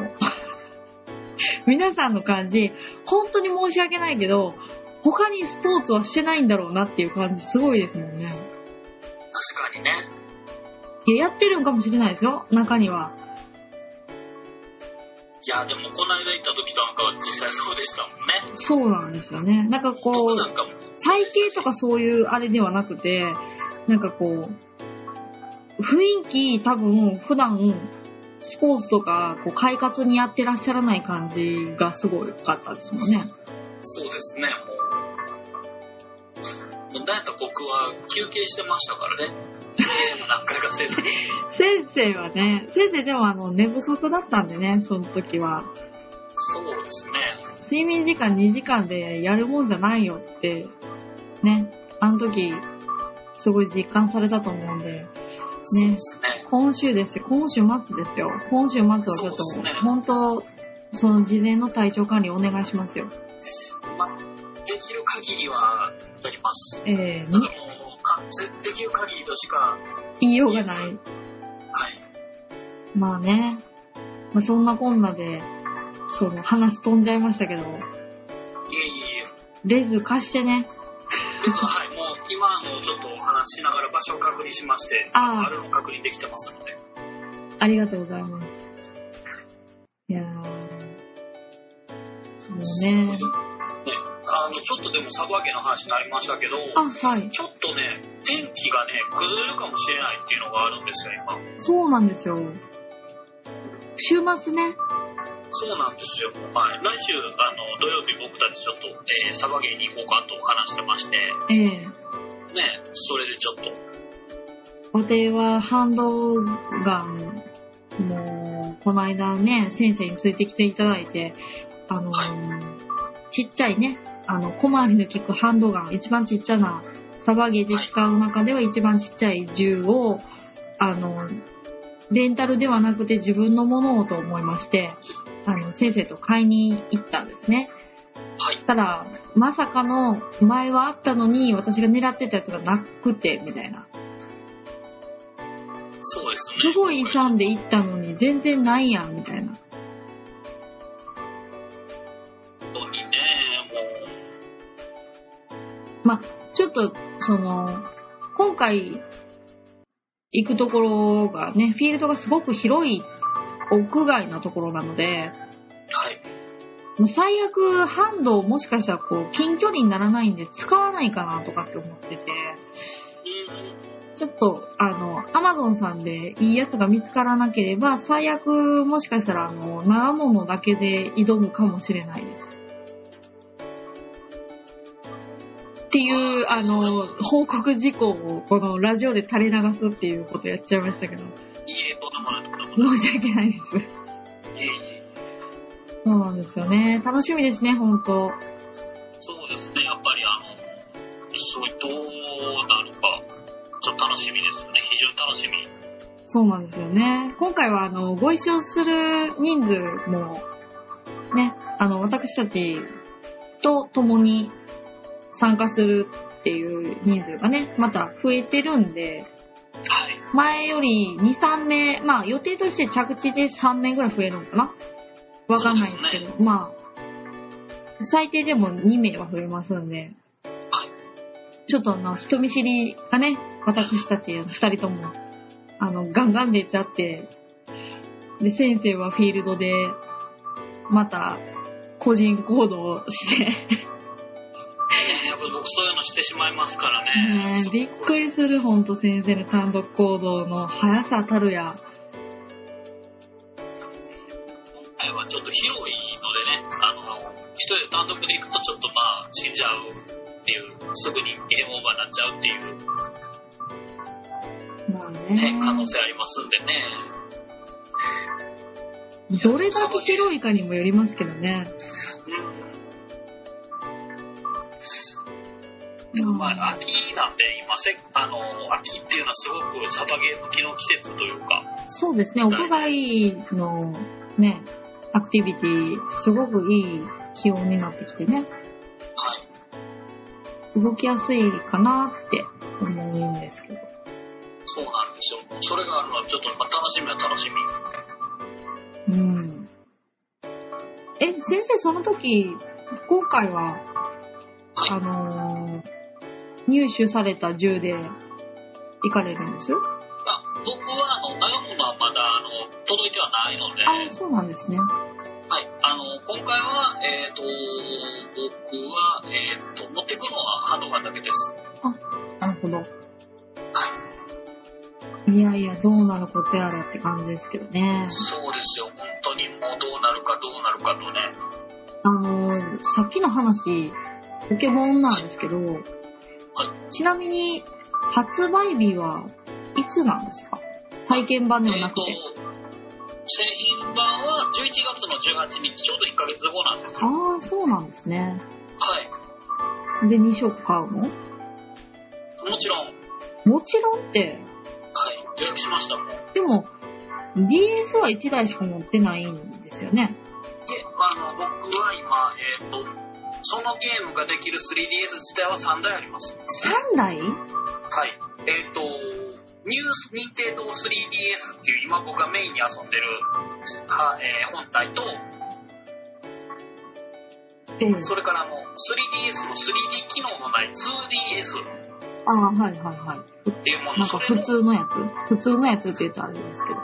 皆さんの感じ、本当に申し訳ないけど、他にスポーツはしてないんだろうなっていう感じすごいですもんね。
確かにね。
いや、やってるんかもしれないですよ、中には。
いや、でも、この間行った時となんか、実際そうでしたもんね。
そうなんですよね。なんかこ
僕
う
な、んかも、
体型とかそういうあれではなくて、なんかこう、雰囲気多分普段スポーツとかこう快活にやってらっしゃらない感じがすごかったですもんね。
そうですね、もう。もうなんやったら僕は休憩してましたからね。ゲームなんかが せずに。
先生はね、先生でもあの寝不足だったんでね、その時は。
そうですね。
睡眠時間2時間でやるもんじゃないよって、ね、あの時すごい実感されたと思うんで、
そうですね。
今週ですよ今週末ですよ。今週末はちょっと、
そうですね
本当、その事前の体調管理お願いしますよ。
まあ、できる限りはやります。
えー、
ただも
に
う、かできる限りとしか、
言いようがない。
はい。
まあね。まあ、そんなこんなで、その話飛んじゃいましたけど、
いえいえいえ。
レズ貸してね。
別の、はい、もう今あのちょっとお話しながら場所を確認しまして、
あ
あ
あ、
るの確認できてますので。
ありがとうございます。いやー。もうね
ね。、あの、ちょっとでもサバゲーの話になりましたけど、
あ、はい。
ちょっとね、天気がね、崩れるかもしれないっていうのがあるんですよ、今。
そうなんですよ。週末ね。
そうなんですよ。はい。来週、あの、土曜日僕たちちょっと、えー、サバゲーに行こうかと話してまして、
ええ
ね、それでちょっと、
予定はハンドガン、もう、この間ね、先生についてきていただいて、あのーちっちゃいね、あの、小回りの効くハンドガン、一番ちっちゃな、サバゲーで使う中では一番ちっちゃい銃を、あの、レンタルではなくて自分のものをと思いまして、あの、先生と買いに行ったんですね。
はい。
ただ、まさかの、前はあったのに、私が狙ってたやつがなくて、みたいな。
そうですね。
すごい勇んで行ったのに全然ないやんみたいな。
本当にね、も
ちょっと、その、今回行くところがね、フィールドがすごく広い屋外のところなので、
う、はい。
もう最悪ハンドをもしかしたらこう近距離にならないんで使わないかなとかって思ってて、
うん。
ちょっとあの、アマゾンさんでいいやつが見つからなければ、最悪もしかしたらあの、長物だけで挑むかもしれないです。っていう、あの、報告事項をこのラジオで垂れ流すっていうことやっちゃいましたけど、
いいえ、とんでもないとんでもない。
申し訳ないです。
いえいえ。
そうなんですよね。楽しみですね、本当
そうですね、やっぱりあの、すごいどうなるか、ちょっと楽しみですよね。非常に楽しみ。
そうなんですよね。今回は、あの、ご一緒する人数も、ね、あの、私たちと共に参加するっていう人数がね、また増えてるんで、
はい。
前より2、3名、まあ予定として着地で3名ぐらい増えるのかなわかんないんですけど、まあ、最低でも2名は増えますんで、ちょっとあの、人見知りがね、私たち2人とも、あの、ガンガン出ちゃって、で、先生はフィールドで、また、個人行動をして、
ねやっぱり僕そういうのしてしまいますからね。
ねえ
すごく
びっくりする、ほんと先生の単独行動の速さたるや。
今回はちょっと広いのでね、あの、一人で単独で行くとちょっとまあ死んじゃうっていう、すぐにゲームオーバーになっちゃうっていう、
まあね
ね、。可能性ありますんでね。
どれだけ広いかにもよりますけどね。
うん。まあ、秋なんで今せ、あの、秋っていうのはすごくサバゲー向きの季節というか、
そうですね、屋外のね、アクティビティ、すごくいい気温になってきてね、
はい。
動きやすいかなって思うんですけど。
そうなんですよ。それがあるのはちょっとまあ楽しみは楽しみ。
うん。え、先生、その時、今回は、
はい
あのー入手された銃で行かれるんです
あ僕はあの長物はまだあの届いてはないので、
あ、そうなんですね。
はい、あの今回は、えー、と僕は、えー、と持っていくのはハンドガンだけです。
なるほど。いやいや、どうなることやらって感じですけどね。
そうですよ、本当にもうどうなるかどうなるかとね。
あのーさっきの話、ポケモンなんですけど、ちなみに、発売日はいつなんですか体験版では
え
な
ー
く
と
て。
製品版は11月の18日、ちょうど1ヶ月後なんですよ。は
ああ、そうなんですね。
い、
で、2色買うの
もちろん、はい、
もちろんって、
予約しましたもん。で、
でも、DS は1台しか持ってないんですよね。
あの僕は今、えー、とそのゲームができる 3DS 自体は3台あります。
3台
はい。えっ、と、ニュース、任天堂 3DS っていう今僕がメインに遊んでる、はえー本体と、
ええ。
それからあの 3DS の 3D 機能のない 2DS
ああ、はいはいはい。
っていうもの、
なん
そ
か
れ
普
の、
通の
い
やつ普通のやつって言うとあれですけど。
や、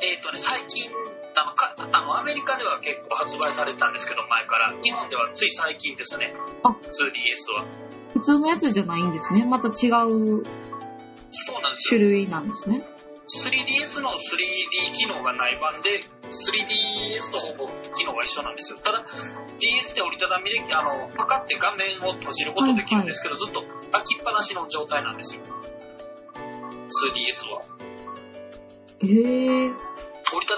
えっ、とね、最近、あのかあのアメリカでは結構発売されてたんですけど、前から、日本ではつい最近ですね、
あ
2DS は。
普通のやつじゃないんですね。また違う
そうなんです
種
よ。
類なんですね。
3DS の 3D 機能がない版で、 3DS とほぼ機能が一緒なんですよ。ただ、DS で折りたたみで、あの、パカって画面を閉じることできるんですけど、ずっと開きっぱなしの状態なんですよ。2DS は。
えー、
折りた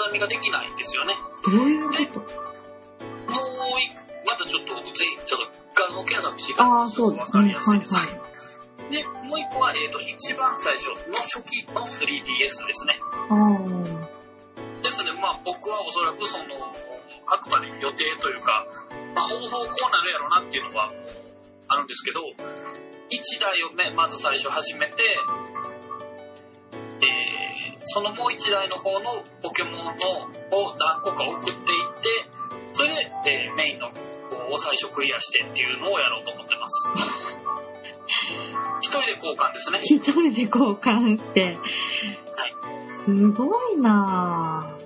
たみができないんですよね。
どういうこと
もうい、またちょっと、ぜひ、ちょっと画像検索していただ
ああ、
く
そ
と
うで
わ
す
かり
ね。
やす
はいい
です。
はい。
で、もう一個は、えっ、と、一番最初の初期の 3DS ですね。
あ
ですので、まあ、僕はおそらくその、あくまで予定というか、まあ、ほぼほぼこうなるやろうなっていうのはあるんですけど、1台をめまず最初始めて、えーそのもう1台の方のポケモンのを何個か送っていって、それで、えーメインの方を最初クリアしてっていうのをやろうと思っ てます。一人で交換ですね
あ。。一人で交換して。すごいなぁ。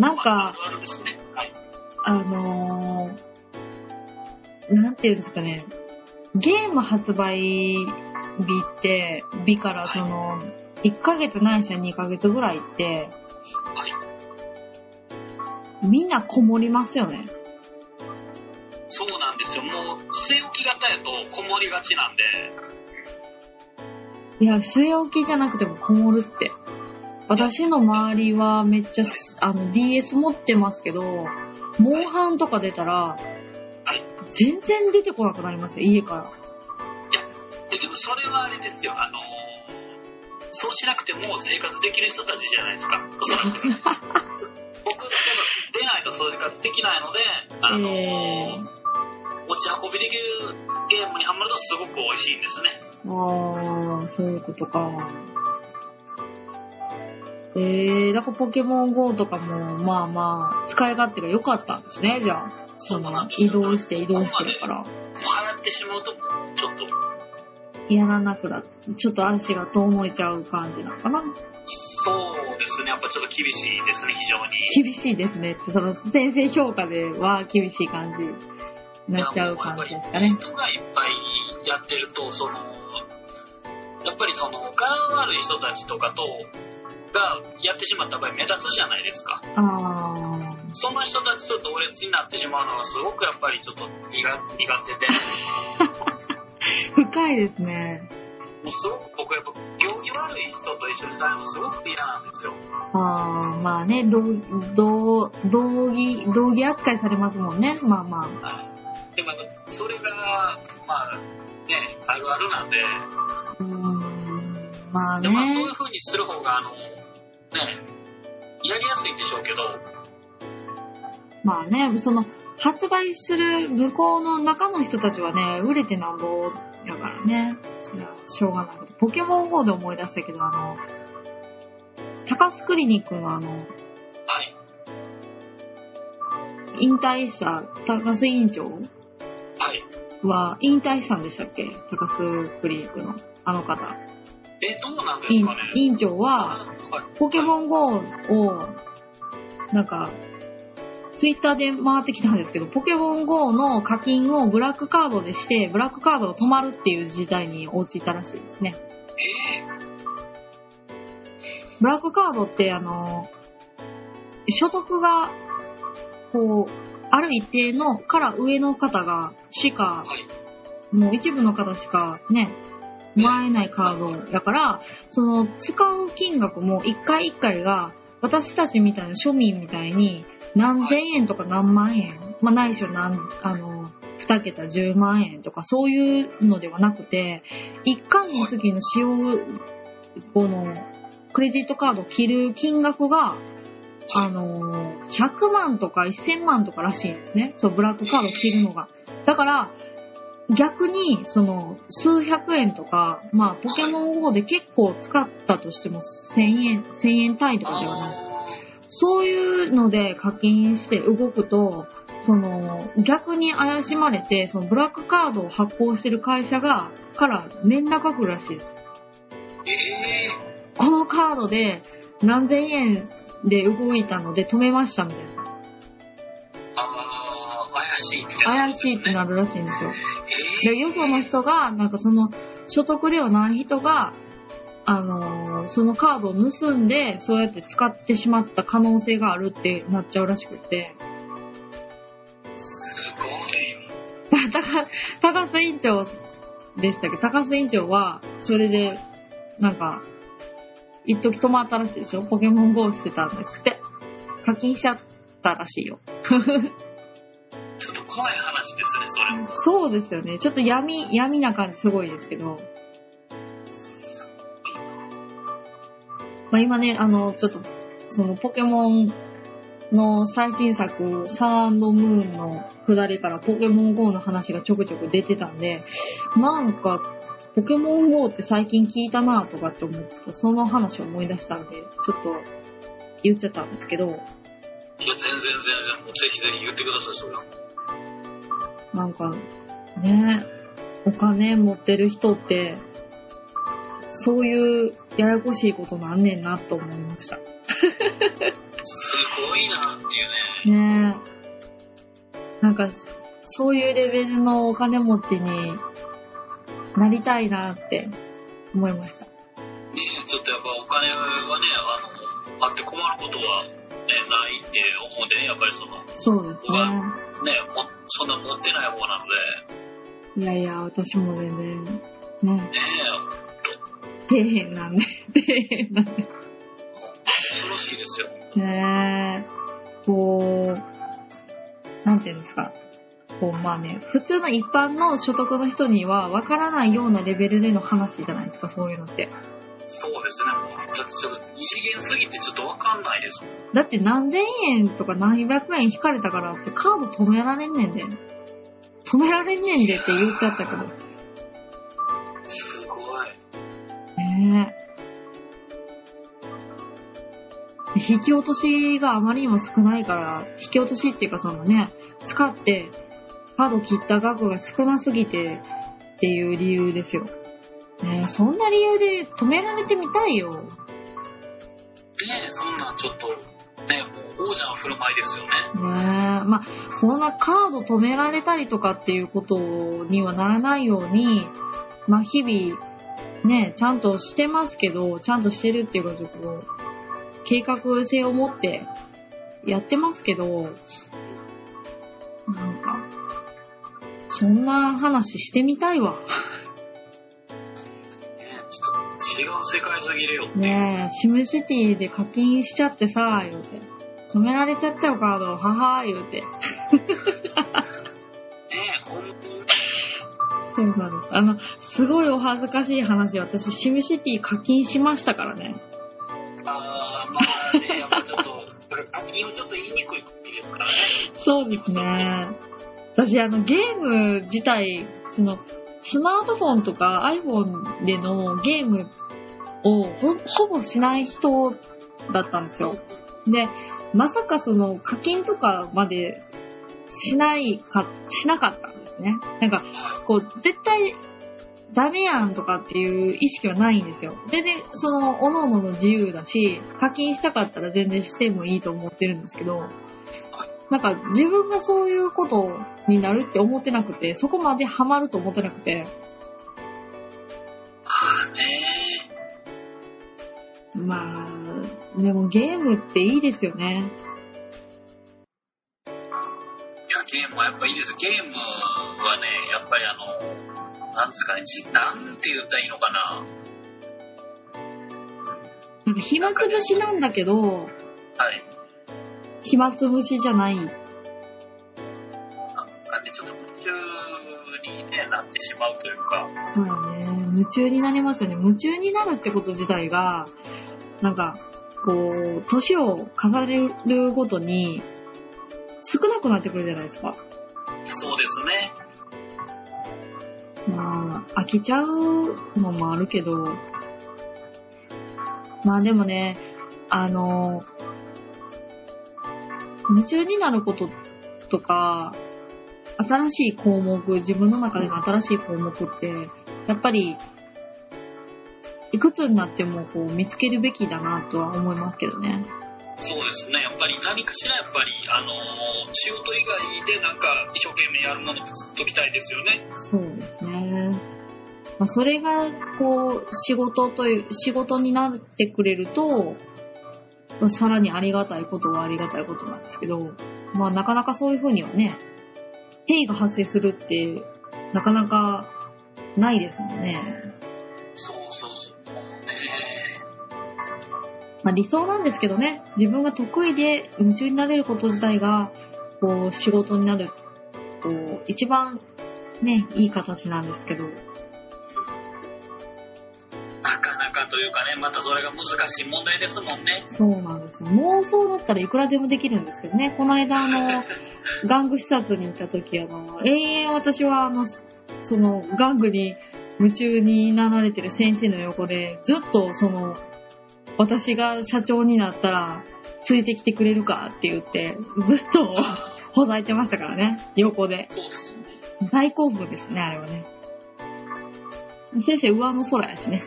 なん
まあ
か、
あるあるですね。はい。
あのー、なんていうんですかね。ゲーム発売日って、日からその、1ヶ月ないしは2ヶ月ぐらいって、みんなこもりますよね。
そうなんですよ。もう、据え置き型やとこもりがちなんで、
いや、据え置きじゃなくてもこもるって。私の周りはめっちゃす、あの、DS 持ってますけど、モンハンとか出たら、全然出てこなくなりますよ、家から。
ででもそれはあれですよ、あのーそうしなくても生活できる人たちじゃないです か、おそらく。僕、そう出ないと生活できないので、あのー
え
持ち運びできるゲームにハマるとすごく美味しいんですね。
ー、あー、そういうことか。えー、だからポケモン GO とかも、まあまあ、使い勝手が良かったんですね、じゃあ。そ
そう
の
なんで、す
移
よ
動して移動してるから。
払ってしまうと、ちょっと、
やらなくなって、ちょっと足が遠のいちゃう感じなのかな。
そうですね、やっぱちょっと厳しいですね、非常に。
厳しいですねって、その先生評価では厳しい感じになっちゃう感じですかね。
人がいっぱいやってると、その、やっぱりその、が悪い人たちとかと、がやってしまった場合目立つじゃないですか。
あー
その人たちと同列になってしまうのがすごくやっぱりちょっと苦苦手で、
深いですね。
もうすごく僕やっぱ行儀悪い人と一緒にされるのすごく嫌なんですよ。
あーまあね、同、同、同義、同義扱いされますもんね。まあまあ。
はい。でもやっぱそれが、まあ、ね、あるあるなんで、
うーん、まあ
で
ね
も。まあそういう風にする方が、あの、ね、やりやすいんでしょうけど、
まあね、その、発売する向こうの中の人たちはね、売れてなんぼやからね。それはしょうがないこと。ポケモン GO で思い出したけど、あの、高須クリニックのあの、
はい。
引退した高須委員長
はい。
は引退したんでしたっけ高須クリニックのあの方。
え、どうなんで
委
す
員
かね
委員長は、
はい
ポケモン GO を、なんか、ツイッターで回ってきたんですけど、ポケモン GO の課金をブラックカードでして、ブラックカードを止まるっていう事態に陥ったらしいですね。
え
ブラックカードって、あの、所得が、こう、ある一定のから上の方が、しか
ー、はい。
もう一部の方しかね、もらえないカードやから、その使う金額も一回一回が、私たちみたいな庶民みたいに何千円とか何万円、まあないしは何、あの、二桁十万円とかそういうのではなくて、一回の月の使用、この、クレジットカードを切る金額が、あのー、100万とか1000万とからしいんですね。そう、ブラックカードを切るのが。だから、逆に、その、数百円とか、まあ、ポケモン GO で結構使ったとしても、1000円、1000円単位とかではない。
あ
そういうので課金して動くと、その、逆に怪しまれて、そのブラックカードを発行してる会社が、から連絡が来るらしいです。
ーえー、
このカードで何千円で動いたので止めましたみたいな。
あー、怪しいみたいな、
怪しいってなるらしいんですよ。
えー
で、よその人が、なんかその、所得ではない人が、あのーそのカードを盗んで、そうやって使ってしまった可能性があるってなっちゃうらしくて。
すごい。
だ高、高須委員長でしたけど、高須委員長は、それで、なんか、一時止まったらしいでしょポケモン GO してたんですって。課金しちゃったらしいよ。
ちょっと怖い話ですね、それ。
そうですよね。ちょっと闇、闇な感じすごいですけど。まあ今ね、あの、ちょっと、そのポケモンの最新作、サンドムーンの下りからポケモン GO の話がちょくちょく出てたんで、なんか、ポケモン GO って最近聞いたなとかって思ってた、その話を思い出したんで、ちょっと言っちゃったんですけど、
いや、全然全然。もうぜひぜひ言ってください、それは。
なんか、ね、お金持ってる人って、そういうややこしいことなんねんなと思いました。
すごいなっていうね。
ねなんか、そういうレベルのお金持ちになりたいなって思いました。
ちょっとやっぱお金はね、あの、あって困ることは、ね、ないって思うんでね、やっぱりその、
そうですね。
ね、もそんな持ってない方なので、
いやいや、私も全然、ね、
ね、
底辺なんで、底辺なんで。
恐ろしいですよ。
ねえ、こう、なんていうんですか。こう、まあね、普通の一般の所得の人には分からないようなレベルでの話じゃないですか、そういうのって。
そうですね、もう、ちょっと、ちょっと、異次元すぎてちょっとわかんないですもん。
だって何千円とか何百円引かれたからってカード止められんねんで。止められんねんでって言っちゃったけど。
すごい。
ねえ。引き落としがあまりにも少ないから、引き落としっていうかそのね、使って、カード切った額が少なすぎてっていう理由ですよ。ねえ、そんな理由で止められてみたいよ。
ねそんなんちょっと、ね、もう王者の振る舞いですよね。
ねえ、まあ、そんなカード止められたりとかっていうことにはならないように、まあ、日々、ね、ちゃんとしてますけど、ちゃんとしてるっていうか、ちょっと計画性を持ってやってますけど、なんか、そんな話してみたいわ。
ねちょっと違う世界すぎるよっていう。
ねえ、シムシティで課金しちゃってさ、言うて。止められちゃったよ、カード。ははー、言うて。
ねほんとに。
そうなんです。あの、すごいお恥ずかしい話、私、シムシティ課金しましたからね。
あー、まあね、やっぱちょっと、課金をちょっと言いにくいですからね。
そうですね。私、あの、ゲーム自体、その、スマートフォンとか iPhone でのゲームをほほぼしない人だったんですよ。で、まさかその課金とかまでしないか、しなかったんですね。なんか、こう、絶対ダメやんとかっていう意識はないんですよ。全然、その、各々の自由だし、課金したかったら全然してもいいと思ってるんですけど、なんか自分がそういうことになるって思ってなくて、そこまでハマると思ってなくて、
ね
まあ、でもゲームっていいですよね。
いや、ゲームはやっぱいいですよ。ゲームはね、やっぱりあの、なんですかね、じなんて言ったらいいのかな。
なんか暇つぶしなんだけど、
はい。
暇つぶしじゃない。
なんかね、ちょっと夢中に、ね、なってしまうというか、
そうだね。夢中になりますよね。夢中になるってこと自体が、なんか、こう、年を重ねるごとに、少なくなってくるじゃないですか。
そうですね。
まあ、飽きちゃうのもあるけど、まあでもね、あの、夢中になることとか、新しい項目、自分の中での新しい項目って、やっぱり、いくつになってもこう見つけるべきだなとは思いますけどね。
そうですね、やっぱり何かしらやっぱり、あのー仕事以外でなんか一生懸命やるものを作っときたいですよね。
そうですね。まあ、それが、こう、仕事という、仕事になってくれると、まあさらにありがたいことはありがたいことなんですけど、まあなかなかそういうふうにはね、ペイが発生するって、なかなかないですもんね。
そうそうそう。もうね。
まあ、理想なんですけどね、自分が得意で夢中になれること自体が、こう、仕事になる、こう、一番、ね、いい形なんですけど、
なかなかというかね、またそれが難しい問題ですもんね。
そうなんですよ。妄想だったらいくらでもできるんですけどね、この間、あの、玩具視察に行った時、あの、永遠私は、あの、その、玩具に夢中になられてる先生の横で、ずっと、その、私が社長になったら、ついてきてくれるかって言って、ずっと、ほざいてましたからね、横で。
そうですね。
大興奮ですね、あれはね。先生、上の空やしね。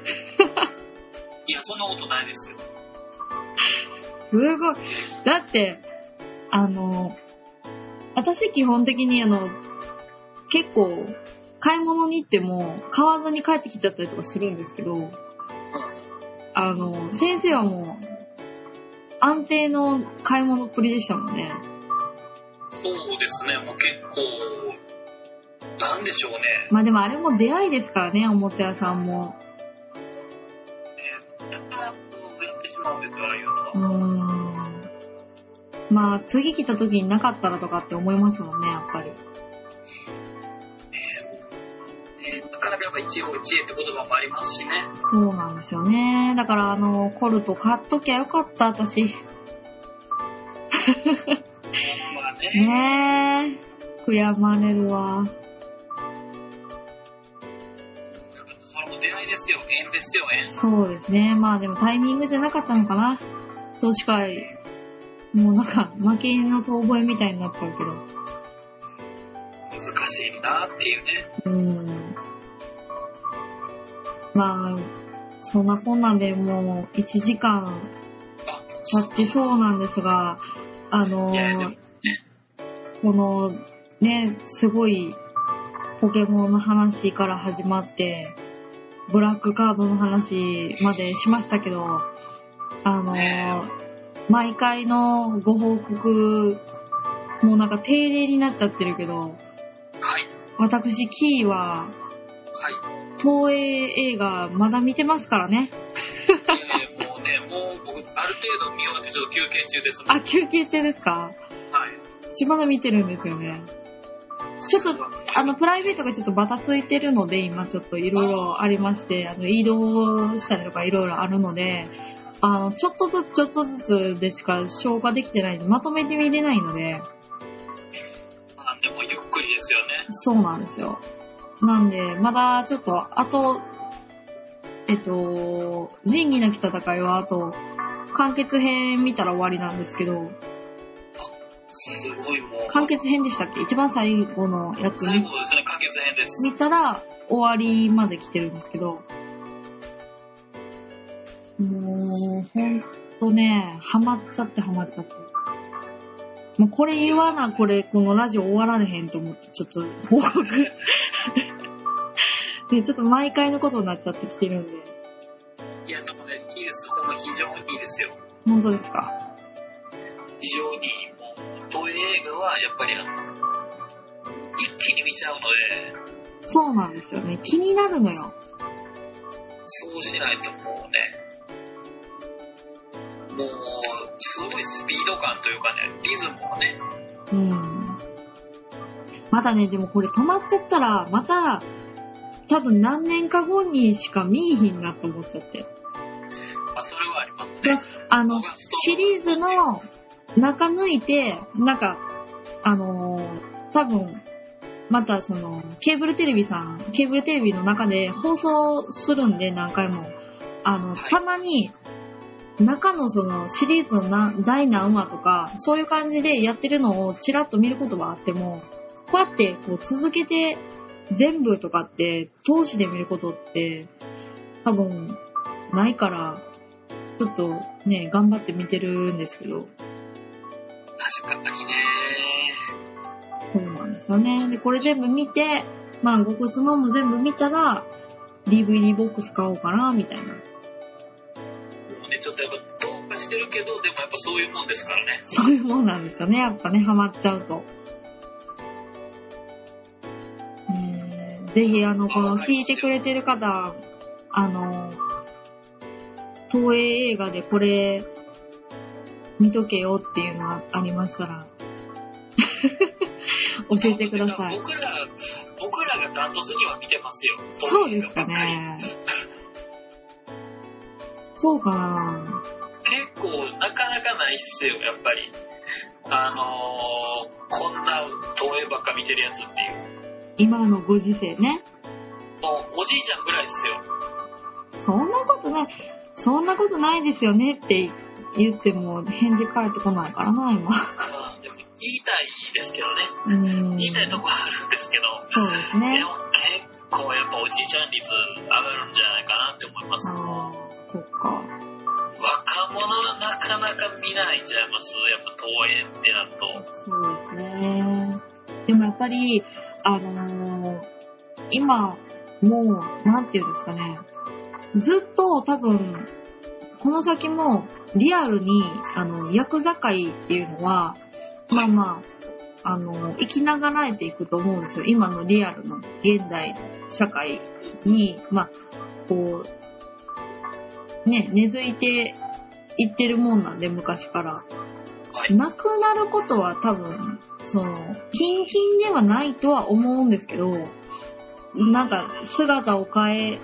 いや、そんなことないですよ。
すごい。だって、あの、私基本的にあの、結構、買い物に行っても、買わずに帰ってきちゃったりとかするんですけど、あの、先生はもう、安定の買い物っぷりでしたもんね。
そうですね、もう結構、なんでしょうね。
まあでもあれも出会いですからね、おもちゃ屋さんも。
やったら、やってしまうんですよ、ああいうのは
う。ーん。まあ、次来た時になかったらとかって思いますもんね、やっぱり。
なかなかやっぱ一応一会って言葉もありますしね。
そうなんですよね。だから、あの、コルト買っときゃよかった、私。
まあね。
ねえ。悔やまれるわ。
それも出会いですよ。縁ですよ、縁。
そうですね。まあでもタイミングじゃなかったのかな。としか、もうなんか、負けの遠吠えみたいになっちゃうけど。
難しいなっていうね。
うーん。まあ、そんなこんなんでもう1時間
あ、
経ちそうなんですが、あの
いやでもね
このね、すごいポケモンの話から始まって、ブラックカードの話までしましたけど、あの
ね、
毎回のご報告、もうなんか定例になっちゃってるけど、
はい。
私、キーは
はい。
東映映画まだ見てますからね。
えー、もうね、もう僕、ある程度見終わってちょっと休憩中ですもん。は
あ、休憩中ですか
い。
私まだ見てるんですよね。ちょっとあの、プライベートがちょっとバタついてるので、今ちょっといろいろありまして、あの、移動したりとかいろいろあるので、あの、ちょっとずつちょっとずつでしか消化できてないんで、まとめて見れないので、
なんでもゆっくりですよね。
そうなんですよ。なんで、まだちょっと、あと、えっと、仁義なき戦いはあと、完結編見たら終わりなんですけど、
すごいもう。
完結編でしたっけ一番最後のやつ
最後ですね、完結編です。
見たら終わりまで来てるんですけど、もう、ほんとね、ハマっちゃってハマっちゃって。もうこれ言わな、これ、このラジオ終わられへんと思って、ちょっと報告。 で、ちょっと毎回のことになっちゃってきてるんで。
いや、でもね、いいです。ほんま非常にいいですよ。
本当ですか
非常にもう、東映映画はやっぱりあの、一気に見ちゃうので、
そうなんですよね。気になるのよ。
そうしないともうね、もう、すごいスピード感というかね、リズムがね、
うん。まだね、でもこれ止まっちゃったら、また、多分何年か後にしか見いひんなと思っちゃって。
まあ、それはあります
いや
ね。
あの、シリーズの中抜いて、なんか、あのー多分、またその、ケーブルテレビさん、ケーブルテレビの中で放送するんで何回も。あの、
はい
たまに、中のそのシリーズのな第何話とか、そういう感じでやってるのをちらっと見ることはあっても、こうやってこう続けて全部とかって、投資で見ることって、多分、ないから、ちょっとね、頑張って見てるんですけど、
確かにね、
そうなんですよね。で、これ全部見て、まあ、ご骨もも全部見たら、 DVD ボックス買おうかな、みたいな。
もうね、ちょっとやっぱ、どうかしてるけど、でもやっぱそういうもんですからね。
そういうもんなんですよね、やっぱね、ハマっちゃうと。えーぜひ、あの、この、弾いてくれてる方、あの、東映映画でこれ、見とけよっていうのがありましたら、 教えてください。
僕ら、僕らがダントツには見てますよ。
そうですかね。そうかな。
結構なかなかないっすよやっぱりあのー、こんな東映ばっか見てるやつっていう
今のご時世ね。
もうおじいちゃんぐらいっすよ
そんなことない、そんなことないですよねって言っても返事返ってこないからな、今。
あーでも言いたいですけどね
うん。
言いたいとこあるんですけど、
そうです
で
ね。
も結構やっぱおじいちゃん率上がるんじゃないかなって思います
ああ、そっか。
若者はなかなか見ないんちゃいますやっぱ東映っ
そう
てなると
ですね。でもやっぱり、あのー今、もう、なんていうんですかね。ずっと多分、この先もリアルに、あの、ヤクザ界っていうのは、まあまあ、あの、生きながらえていくと思うんですよ。今のリアルの現代社会に、まあ、こう、ね、根付いていってるもんなんで、昔から。なくなることは多分、その、キンキンではないとは思うんですけど、なんか姿を変え、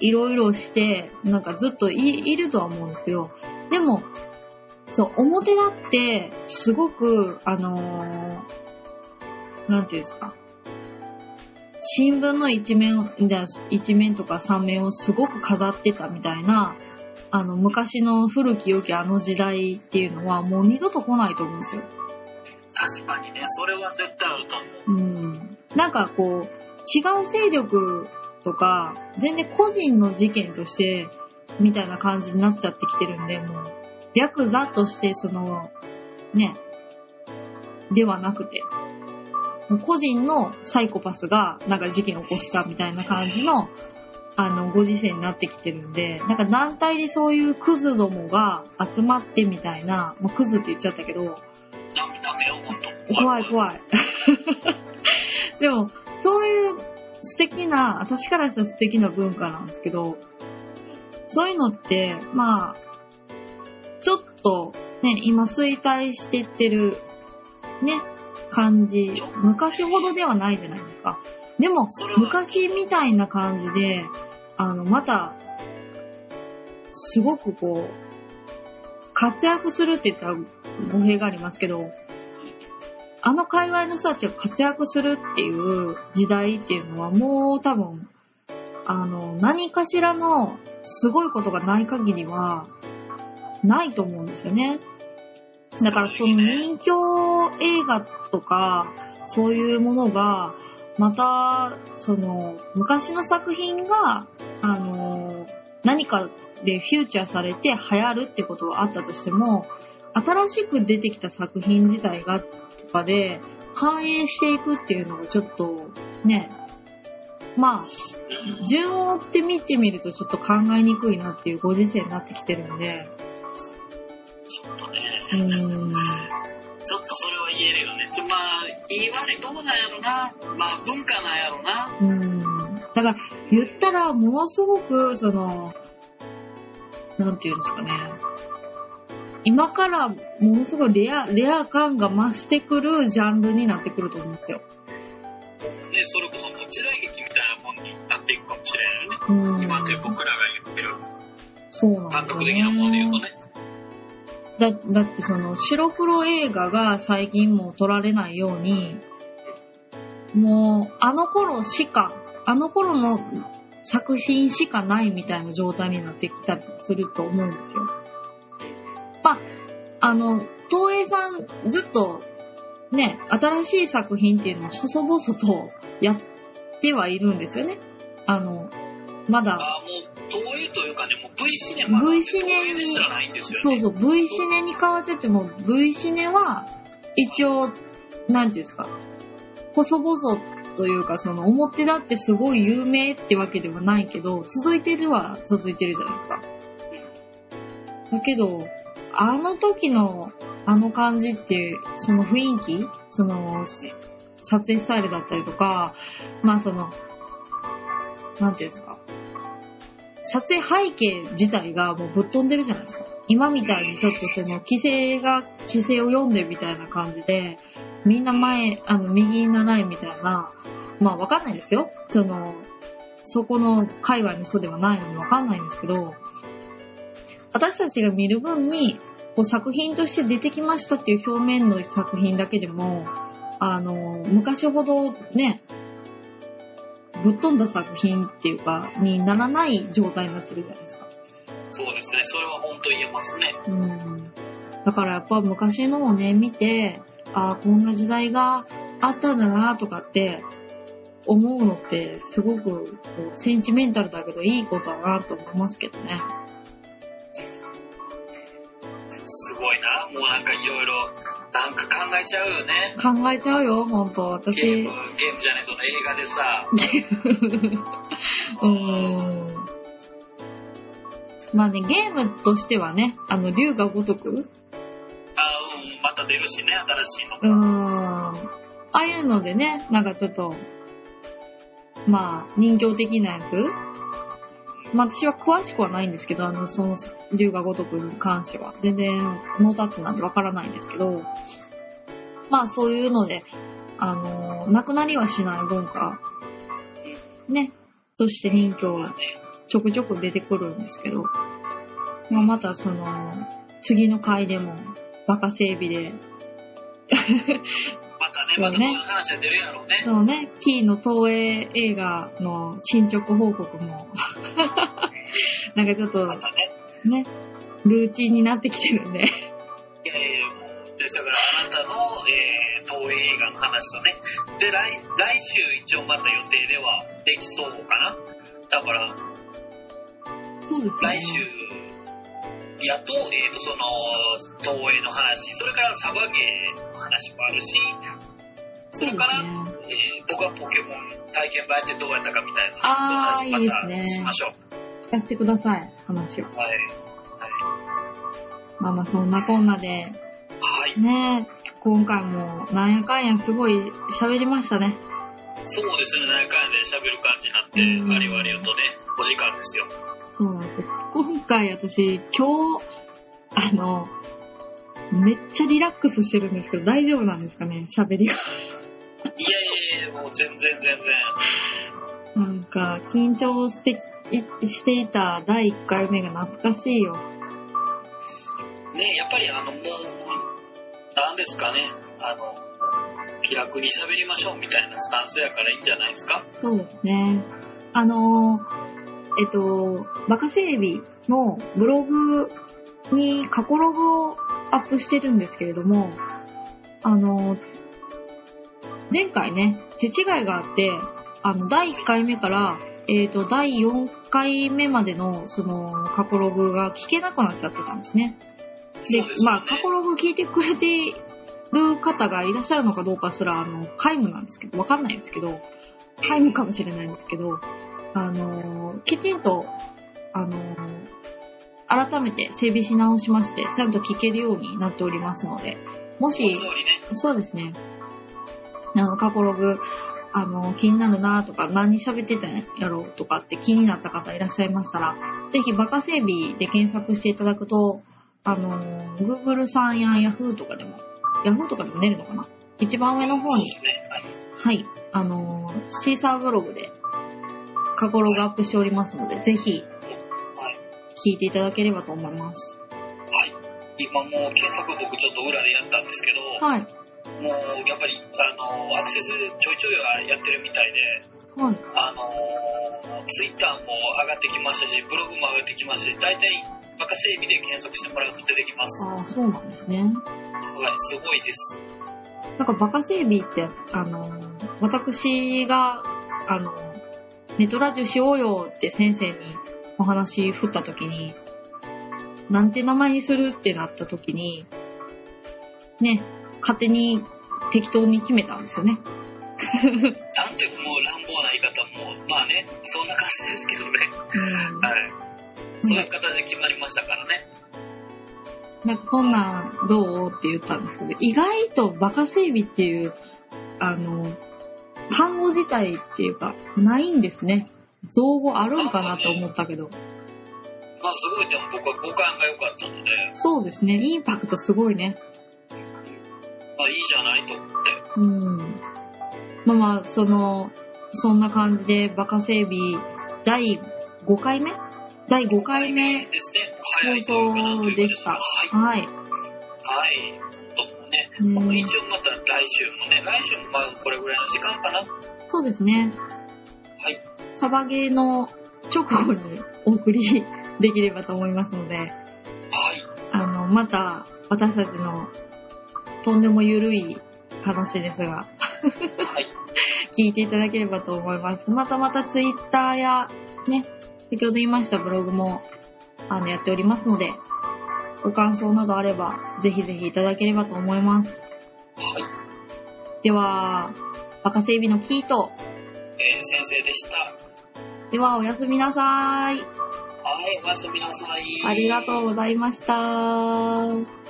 いろいろして、なんかずっといいるとは思うんですけど、でも、そう、表だって、すごく、あのーなんていうんですか、新聞の一面、で一面とか三面をすごく飾ってたみたいな、あの、昔の古き良きあの時代っていうのはもう二度と来ないと思うんですよ。
確かにねそれは絶対あると思う
うん。なんかこう、違う勢力とか、全然個人の事件として、みたいな感じになっちゃってきてるんで、もう、ヤクザとして、その、ね、ではなくて、もう個人のサイコパスが、なんか事件を起こしたみたいな感じの、あの、ご時世になってきてるんで、なんか団体でそういうクズどもが集まってみたいな、まあ、クズって言っちゃったけど、
ダメダメよ本当
怖い怖い。 でも、そういう素敵な、私からしたら素敵な文化なんですけど、そういうのって、まあ、ちょっとね、今衰退してってる、ね、感じ、昔ほどではないじゃないですか。でも
それ、は
昔みたいな感じで、あの、また、すごくこう、活躍するって言ったら語弊がありますけど、あの界隈の人たちが活躍するっていう時代っていうのはもう多分、あの、何かしらのすごいことがない限りは、ないと思うんですよね。だからその人侠映画とか、そういうものが、また、その、昔の作品が、あの、何かでフューチャーされて流行るってことはあったとしても、新しく出てきた作品自体が、とかで、反映していくっていうのがちょっと、ね、まあ、
うん
順を追って見てみるとちょっと考えにくいなっていうご時世になってきてるので、
ちょっとね
うーん、
ちょっとそれは言えるよね。ちょまあ、言い悪いどうなんやろな。まあ、文化なんやろな。
うーん。だから、言ったら、ものすごく、その、なんていうんですかね。今から、ものすごいレア、レア感が増してくるジャンルになってくると思うんですよ。
ね、それこそ時代劇みたいなもんになっていくかもしれない
うー
よね。
ん。
今って僕らが言ってる
そうなんですよ
感
ね
覚的なもので言うとね。
だだってその白黒映画が最近もう撮られないようにもうあの頃しかあの頃の作品しかないみたいな状態になってきたりすると思うんですよ。まあ、あの東映さんずっとね新しい作品っていうのを細々とやってはいるんですよね。あのまだ
ああ、もう、東映というかね、もう V シネマ
V シネに
東映ですらないんですよ
そう
ね。
そう、V シネに変わっちゃっても、V シネは、一応、なんていうんですか、細々というか、その表だってすごい有名ってわけではないけど、続いてるは続いてるじゃないですか。だけど、あの時のあの感じって、その雰囲気その、し撮影スタイルだったりとか、まあその、なんていうんですか。撮影背景自体がもうぶっ飛んでるじゃないですか。今みたいにちょっとその、規制が、規制を読んでみたいな感じで、みんな前、あの、右習いみたいな、まあわかんないですよ。その、そこの界隈の人ではないのにわかんないんですけど、私たちが見る分に、こう作品として出てきましたっていう表面の作品だけでも、あの、昔ほどね、ぶっ飛んだ作品っていうか、にならない状態になってるじゃないですか。
そうですね。それは本当言えますね。
うん。だからやっぱ昔のをね、見て、ああ、こんな時代があったんだなとかって、思うのって、すごく、こう、センチメンタルだけどいいことだなと思いますけどね。
すごいな。もうなんかいろいろ、なんか考えちゃうよね。
考えちゃうよ、ほんと。私。
ゲー ム、ゲームじゃない、その映画でさ、
うーん。まあね、ゲームとしてはね、あの、竜が如く、
あうん、また出るしね、新しいの
うー
が。
ん。ああいうのでね、なんかちょっと、まあ、人形的なやつまあ私は詳しくはないんですけど、あの、その、竜が如くに関しては。全然、ノータッチなんでわからないんですけど、まあそういうので、あの、なくなりはしない文化、ね、として人形はちょくちょく出てくるんですけど、まあまたその、次の回でも、バカ整備で、
またね、
そう
ま
ね
たこの話は出るやろうね。
そうね、キーの東映映画の進捗報告も、 なんかちょっ
ま
と
たね。
ね、ルーチンになってきてるんで、
いやいやもう、ですからあなたの、えー、東映映画の話とね。で、来、来週一応また予定ではできそうかな。だから、
そうですね。
来週、やっと、えっ、と、その、東映の話、それからサバゲーの話もあるし、そ
そう
れ
で
から、
すね。
えー僕はポケモン体験版やってどうやったかみたいな、
あー
そういう話また
いいですね
しましょう。
聞かせてください、話を。
はい。
まあまあそんなこんなで、
はい。
ね、今回もなんやかんやすごい喋りましたね。
そうですね、何回で喋る感じになって、
うん
わりわりとね、お時間ですよ。
そうなんですよ。今回私、今日、あの、めっちゃリラックスしてるんですけど、大丈夫なんですかね、喋りが。
いやいやいや、もう全然全
な
然。
んか、緊張してき、していた第1回目が懐かしいよ。
ね、やっぱりあの、もう、なんですかね、あの、気楽に喋りましょうみたいなスタンスやからいいんじゃないですか。
そうですね。あのー、えっと、バカ整備のブログに過去ログをアップしてるんですけれども、あのー、前回ね、手違いがあって、あの、第1回目から、えっ、と、第4回目までの、その、過去ログが聞けなくなっちゃってたんですね。で、
そうですよ
まあ、
ね。
過去ログ聞いてくれてる方がいらっしゃるのかどうかすら、あの、皆無なんですけど、わかんないんですけど、皆無かもしれないんですけど、あのー、きちんと、あのー、改めて整備し直しまして、ちゃんと聞けるようになっておりますので、もし、
その通りね。
そうですね。あの、過去ログ、あの、気になるなとか、何喋ってたんやろうとかって気になった方いらっしゃいましたら、ぜひバカ整備で検索していただくと、あの、Google さんや Yahoo とかでも、Yahoo とかでも出るのかな一番上の方
そう
に
で、すね。はい
はい、あの、シーサーブログで過去ログアップしておりますので、ぜひ
はい。
聞いていただければと思います。
はい。今もう検索僕ちょっと裏でやったんですけど、
はい、
もうやっぱり、あの、アクセスちょいちょいはやってるみたいで、
はい、
あの、ツイッターも上がってきましたし、ブログも上がってきましたし、大体、バカ整備で検索してもらうと出てきます。
ああ、そうなんですね。
はい、すごいです。
なんかバカ整備って、あの、私が、あの、ネットラジオしようよって先生にお話振った時に、なんて名前にするってなった時に、ね、勝手に適当に決めたんですよね。
なんてもう乱暴な言い方も、まあね、そんな感じですけどね。
うん
はい。そういう形で決まりましたからね。
なんかこんなんどうって言ったんですけど、意外とバカ整備っていう、あの、単語自体っていうか、ないんですね。造語あるんかなと思ったけど。
まあすごいでも僕は五感が良かったので、
そうですね。インパクトすごいね。
まあいいじゃないと思って。
うん。まあまあ、その、そんな感じでバカ整備第5回目第5回目
ですね。早いというかなんというかですね
放
は
送
い。
はい。
はい。ともね、
うん
まあ一応また来週もね、来週もまあこれぐらいの時間かな。は
そうですね。
い。
サバゲーの直後にお送りできればと思いますので。
はい。
あの、また私たちのとんでもゆるい話ですが、
はい。
聞いていただければと思います。またまたツイッターやね、先ほど言いましたブログもあのやっておりますので、ご感想などあれば、ぜひぜひいただければと思います。
は
では、バカ整備のキート。
い。えー先生でした。
では、おやすみなさい。
はい。おやすみなさい。
ありがとうございました。